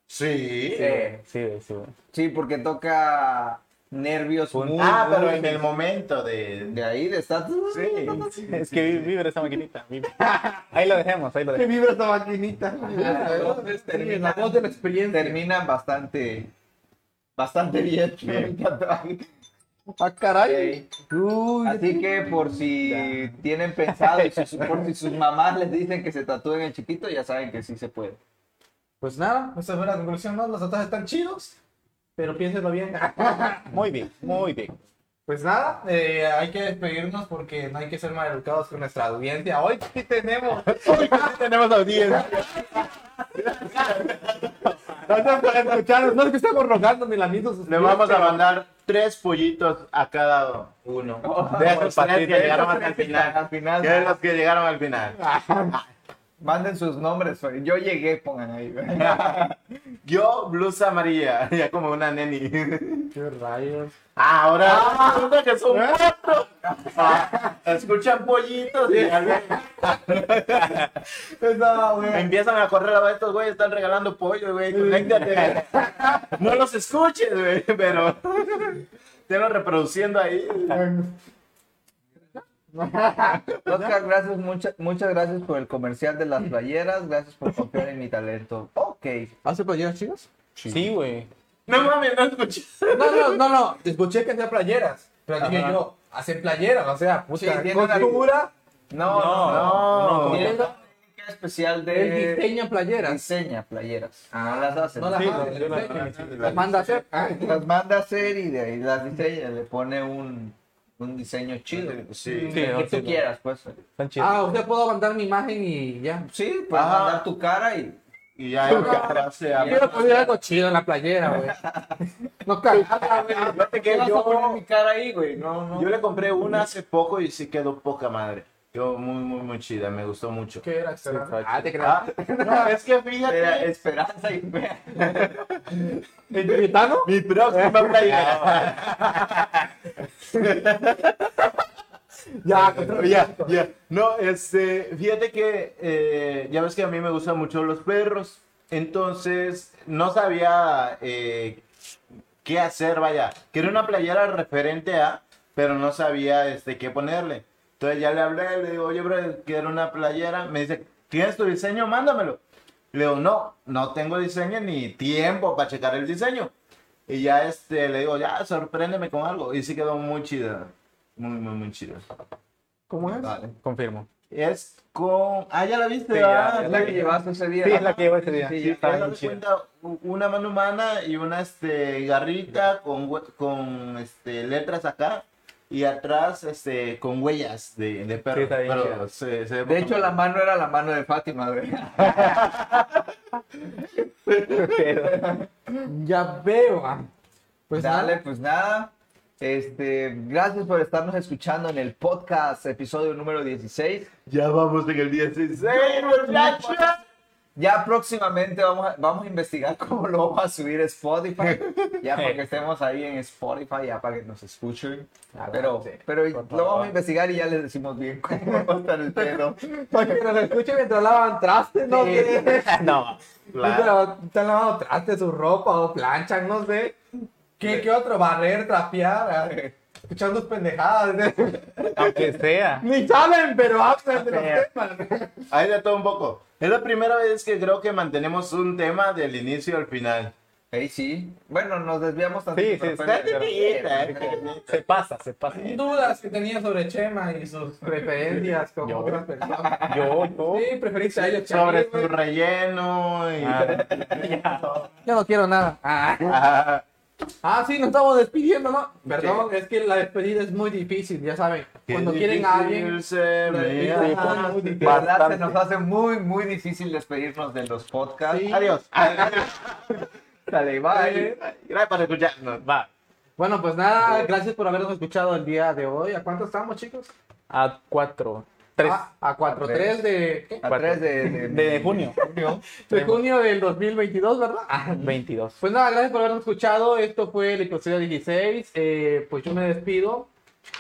Speaker 2: Sí.
Speaker 1: Sí, güey, sí, güey, sí, güey.
Speaker 4: Sí, porque toca nervios muy,
Speaker 2: Ah, pero
Speaker 4: muy-
Speaker 2: en el momento de.
Speaker 4: De ahí, de estar...
Speaker 2: Sí.
Speaker 1: Es que vi- vibra esa maquinita. vibra. Ahí lo dejemos, ahí lo
Speaker 3: Que
Speaker 1: dejemos.
Speaker 3: vibra esta maquinita.
Speaker 4: entonces
Speaker 3: Sí,
Speaker 4: termina-
Speaker 3: la voz de la experiencia.
Speaker 4: terminan bastante bastante bien,
Speaker 2: Bien.
Speaker 4: el tatuaje.
Speaker 3: Ah, caray. Uy,
Speaker 4: Así que por si tienen pensado y sus- por si sus mamás les dicen que se tatúen el chiquito, ya saben que sí se puede.
Speaker 3: Pues nada, esa fue la conclusión, ¿no? Los tatuajes están chidos, pero piénsenlo bien.
Speaker 1: Muy bien, muy bien.
Speaker 3: Pues nada, eh, hay que despedirnos porque no hay que ser maleducados con nuestra audiencia. Hoy sí tenemos.
Speaker 1: Tenemos audiencia.
Speaker 3: Gracias por escucharnos. No es que estemos rogando ni lamiendo sus
Speaker 2: Le
Speaker 3: pies,
Speaker 2: vamos a
Speaker 3: pero-
Speaker 2: mandar tres pollitos a cada uno. Pues, De esos
Speaker 1: bueno,
Speaker 2: tres que
Speaker 1: patita,
Speaker 2: llegaron
Speaker 4: esos
Speaker 2: al
Speaker 4: tres que
Speaker 2: final.
Speaker 4: están al final.
Speaker 2: De los que llegaron al final.
Speaker 4: Manden sus nombres, güey. yo llegué, pongan ahí. güey.
Speaker 2: Yo, blusa amarilla. Ya como una neni.
Speaker 3: Qué rayos. ¿Eh?
Speaker 2: Ah, Ahora resulta que son cuatro. Ah, escuchan pollitos y ya ven.
Speaker 3: Está bueno.
Speaker 2: empiezan a correr a estos güeyes. Están regalando pollo, güey. Conéctate. No los escuches, güey. Pero te lo reproduciendo ahí.
Speaker 4: Oscar, gracias, mucha- muchas gracias por el comercial de las playeras, gracias por confiar en mi talento. Ok.
Speaker 3: ¿Hace playeras chicas?
Speaker 1: Sí, güey.
Speaker 2: No mames, no escuché.
Speaker 3: No, no, no, no. Escuché que hacía playeras. Pero dije yo, hacen playeras, o sea, puta,
Speaker 4: Sí, tiene una-
Speaker 3: costura.
Speaker 4: No, no,
Speaker 2: no,
Speaker 4: no.
Speaker 2: no.
Speaker 4: Tienen una técnica especial
Speaker 3: Este,
Speaker 4: de
Speaker 3: Es diseño en playeras.
Speaker 4: diseña playeras. no las hace.
Speaker 3: No las
Speaker 1: Sí,
Speaker 3: hace,
Speaker 1: yo las-
Speaker 3: diseña.
Speaker 1: sí,
Speaker 3: Las manda a hacer. Ah,
Speaker 4: Las manda a hacer y de ahí las diseña, le pone un, un diseño chido.
Speaker 2: Sí.
Speaker 1: Sí,
Speaker 4: el que
Speaker 1: no, sí,
Speaker 4: tú
Speaker 1: no.
Speaker 4: quieras, pues.
Speaker 1: Están chidos.
Speaker 3: Ah, usted puedo mandar mi imagen y ya.
Speaker 4: Sí, puedes
Speaker 2: Ajá.
Speaker 4: mandar tu cara y
Speaker 2: Y ya agarrarse a...
Speaker 3: Quiero poner algo chido en la playera, güey. No cagada, güey.
Speaker 2: Fíjate que
Speaker 4: ¿Qué vas a poner
Speaker 2: yo,
Speaker 4: mi cara ahí, güey? No, no.
Speaker 2: yo le compré una hace poco y sí quedó poca madre. Quedó muy, muy, muy chida, me gustó mucho.
Speaker 3: ¿Qué era? Ah, te creas.
Speaker 2: Ah, no, es que fíjate,
Speaker 4: Era esperanza y fe.
Speaker 3: ¿El gitano?
Speaker 2: mi próxima playera.
Speaker 3: Ya,
Speaker 2: Pero ya, ya. No, este, fíjate que eh, ya ves que a mí me gustan mucho los perros. Entonces, no sabía eh, qué hacer, vaya. Quería una playera referente a, pero no sabía este, qué ponerle. Entonces ya le hablé, le digo, oye, bro, quiero una playera. Me dice, ¿tienes tu diseño? Mándamelo. Le digo, no, no tengo diseño ni tiempo para checar el diseño. Y ya este, le digo, ya, sorpréndeme con algo. Y sí quedó muy chida. Muy, muy, muy chida.
Speaker 3: ¿Cómo
Speaker 4: Pues,
Speaker 3: es?
Speaker 1: Confirmo.
Speaker 2: Es con. Ah, ya la viste,
Speaker 1: Sí,
Speaker 2: ¿verdad?
Speaker 1: ya,
Speaker 4: Es la que llevaste ese día.
Speaker 1: Sí, es la que llevo este día.
Speaker 4: Sí,
Speaker 2: Sí,
Speaker 4: ya.
Speaker 2: ya
Speaker 1: está
Speaker 2: la
Speaker 1: bien chida.
Speaker 2: cuenta, u- una mano humana y una este, garrita con, hue- con este, letras acá y atrás este, con huellas de, de perro.
Speaker 1: Sí, está bien
Speaker 2: Pero
Speaker 1: chida.
Speaker 2: se- se ve
Speaker 4: De
Speaker 2: poca
Speaker 4: hecho, la
Speaker 2: madre.
Speaker 4: mano era la mano de Fátima, güey.
Speaker 3: Ya veo. ah. Pues
Speaker 4: Pues dale, pues nada. Este, gracias por estarnos escuchando en el podcast, episodio número 16.
Speaker 2: Ya vamos en el 16, muchachos.
Speaker 4: Ya próximamente vamos a, vamos a investigar cómo lo vamos a subir a Spotify. Ya para que estemos ahí en Spotify, ya para que nos escuchen. Pero, pero lo vamos a investigar y ya les decimos bien cómo va a estar el pedo.
Speaker 3: Para pues, que nos escuchen mientras lavan trastes, no
Speaker 4: Sí.
Speaker 3: sé.
Speaker 1: No.
Speaker 2: Claro.
Speaker 3: Mientras están lavando trastes, su ropa o planchan, no sé. ¿Qué, qué otro? Barrer, trapear. ah, Escuchando sus pendejadas. ¿eh?
Speaker 1: Aunque sea.
Speaker 3: Ni saben, pero hablan de los
Speaker 1: Feo.
Speaker 3: temas.
Speaker 2: Hay de todo un poco. Es la primera vez que creo que mantenemos un tema del inicio al final.
Speaker 4: Ey, sí. Bueno, nos desviamos tantito.
Speaker 1: Sí, sí,
Speaker 4: pero-
Speaker 1: está
Speaker 4: pero-
Speaker 1: Se pasa, se pasa.
Speaker 3: Dudas que tenía sobre Chema y sus preferencias con
Speaker 1: Yo.
Speaker 3: otras personas.
Speaker 1: Yo, yo.
Speaker 3: Sí, preferiste a ellos, Chema.
Speaker 2: Sobre su relleno y.
Speaker 1: Ah,
Speaker 3: Yo no quiero nada. Ah.
Speaker 2: Ah.
Speaker 3: Ah, sí, nos estamos despidiendo, ¿no? Perdón, es que la despedida es muy difícil, ya saben.
Speaker 2: Qué
Speaker 3: Cuando quieren a alguien,
Speaker 2: difícil se
Speaker 3: lo
Speaker 2: me
Speaker 3: despiden,
Speaker 2: hace.
Speaker 3: ah, muy
Speaker 4: De
Speaker 3: difícil.
Speaker 4: verdad,
Speaker 1: Bastante.
Speaker 4: se nos hace muy, muy difícil despedirnos de los podcasts.
Speaker 3: Sí.
Speaker 2: Adiós.
Speaker 4: Dale, bye.
Speaker 2: Gracias por escucharnos.
Speaker 1: Va.
Speaker 3: Bueno, pues nada, gracias por habernos escuchado el día de hoy. ¿A cuánto estamos, chicos?
Speaker 1: A cuatro. Tres.
Speaker 3: Ah, a 4,
Speaker 4: A tres.
Speaker 3: 3 de, ¿qué?
Speaker 4: A 3 de, de,
Speaker 1: De junio.
Speaker 3: de junio del 2022, ¿verdad? Ah,
Speaker 1: 22.
Speaker 3: Pues nada, gracias por habernos escuchado. Esto fue el episodio 16. Eh, pues yo me despido.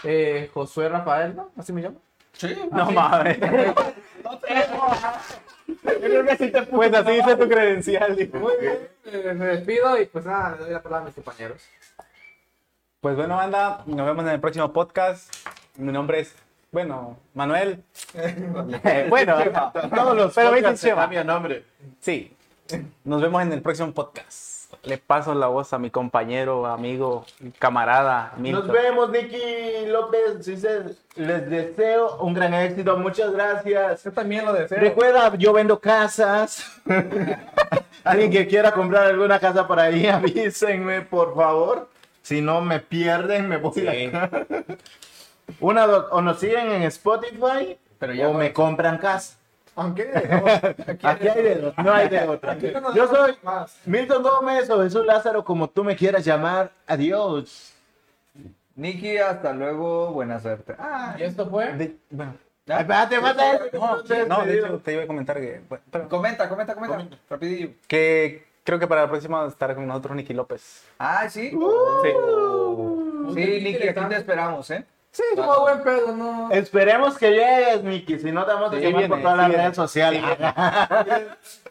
Speaker 3: Eh, Josué Rafael, ¿no? ¿Así me llamo? Ah,
Speaker 1: No mames. Yo creo que sí te Pues así dice tu credencial. hijo.
Speaker 3: Muy bien, eh, me despido y pues nada, le doy la palabra a mis compañeros.
Speaker 1: Pues bueno, anda, nos vemos en el próximo podcast. Mi nombre es, bueno, Manuel. Eh, bueno,
Speaker 2: Todos los
Speaker 1: Pero
Speaker 2: podcasts
Speaker 1: veinte
Speaker 2: se
Speaker 1: Chema.
Speaker 2: cambia nombre.
Speaker 1: sí. Nos vemos en el próximo podcast. le paso la voz a mi compañero, amigo, camarada.
Speaker 2: Nos
Speaker 1: Milton.
Speaker 2: vemos, Nicky López. Dice, les deseo un gran éxito. Muchas gracias.
Speaker 3: Yo también lo deseo.
Speaker 2: Recuerda, yo vendo casas. Alguien que quiera comprar alguna casa por ahí, avísenme, por favor. Si no, me pierden, me voy de acá. Una, do- o nos siguen en Spotify
Speaker 4: Pero ya
Speaker 2: o
Speaker 4: no-
Speaker 2: me compran casa.
Speaker 3: Aunque no,
Speaker 2: Aquí hay de dos, no hay de otra.
Speaker 3: Aquí no nos
Speaker 2: Yo
Speaker 3: damos
Speaker 2: soy
Speaker 3: más.
Speaker 2: Milton Gómez o Jesús Lázaro, como tú me quieras llamar. Adiós.
Speaker 4: Nicky, hasta luego, buena suerte. Ah,
Speaker 3: Y esto fue.
Speaker 1: De- bueno,
Speaker 2: Ay, Espérate, espérate.
Speaker 1: no, no, de hecho, te iba a comentar que, bueno, pero-
Speaker 4: comenta, comenta, comenta, rapidillo.
Speaker 1: que creo que para la próxima estará con nosotros Nicky López.
Speaker 4: Ah, sí.
Speaker 1: Sí.
Speaker 4: Sí, Nicky, aquí te esperamos, ¿eh?
Speaker 3: Sí, como buen pedo, no.
Speaker 2: Esperemos que llegues, Miki. Si no, te vamos a
Speaker 1: Sí,
Speaker 2: llamar
Speaker 1: viene,
Speaker 2: por todas
Speaker 1: sí
Speaker 2: las
Speaker 1: viene.
Speaker 2: redes sociales.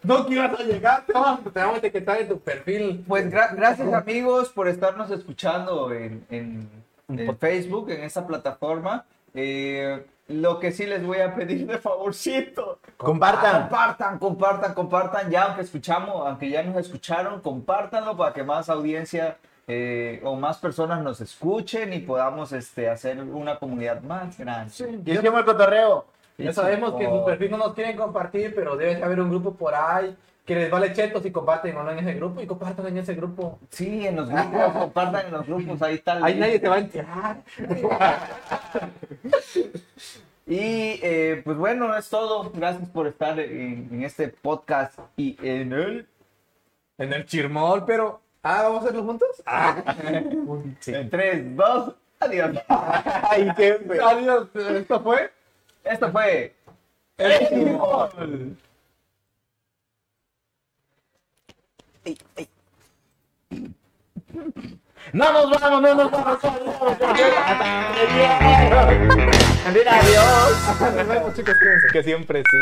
Speaker 3: No que ibas a llegar, Ah, te vamos te vamos a etiquetar en tu perfil.
Speaker 4: Pues gra- gracias amigos por estarnos escuchando en, en- en Facebook, en esta plataforma. Eh, lo que sí les voy a pedir de favorcito. Ah,
Speaker 2: Compartan.
Speaker 1: Ah,
Speaker 4: Compartan, compartan, compartan. Ya aunque escuchamos, aunque ya nos escucharon, compártanlo para que más audiencia eh, o más personas nos escuchen y podamos este, hacer una comunidad más grande.
Speaker 2: Y hicimos el cotorreo.
Speaker 3: Ya sabemos que en su
Speaker 4: Oh.
Speaker 3: perfil no nos quieren compartir, pero debe haber un grupo por ahí que les vale chetos si comparten o no en ese grupo y compartan en ese grupo.
Speaker 4: Sí, en los grupos, compartan en los grupos, ahí está. el
Speaker 1: Ahí
Speaker 4: link.
Speaker 1: nadie te va a enterar.
Speaker 4: Y eh, pues bueno, es todo. Gracias por estar en, en este podcast y en el
Speaker 3: En el chirmol, pero. Ah, ¿vamos a hacerlo juntos? Ah,
Speaker 1: Sí.
Speaker 4: 3, 2, adiós.
Speaker 1: Ay, qué feo.
Speaker 3: Adiós, esto fue.
Speaker 4: Esto fue.
Speaker 2: No nos vamos, no nos vamos.
Speaker 1: que siempre sí.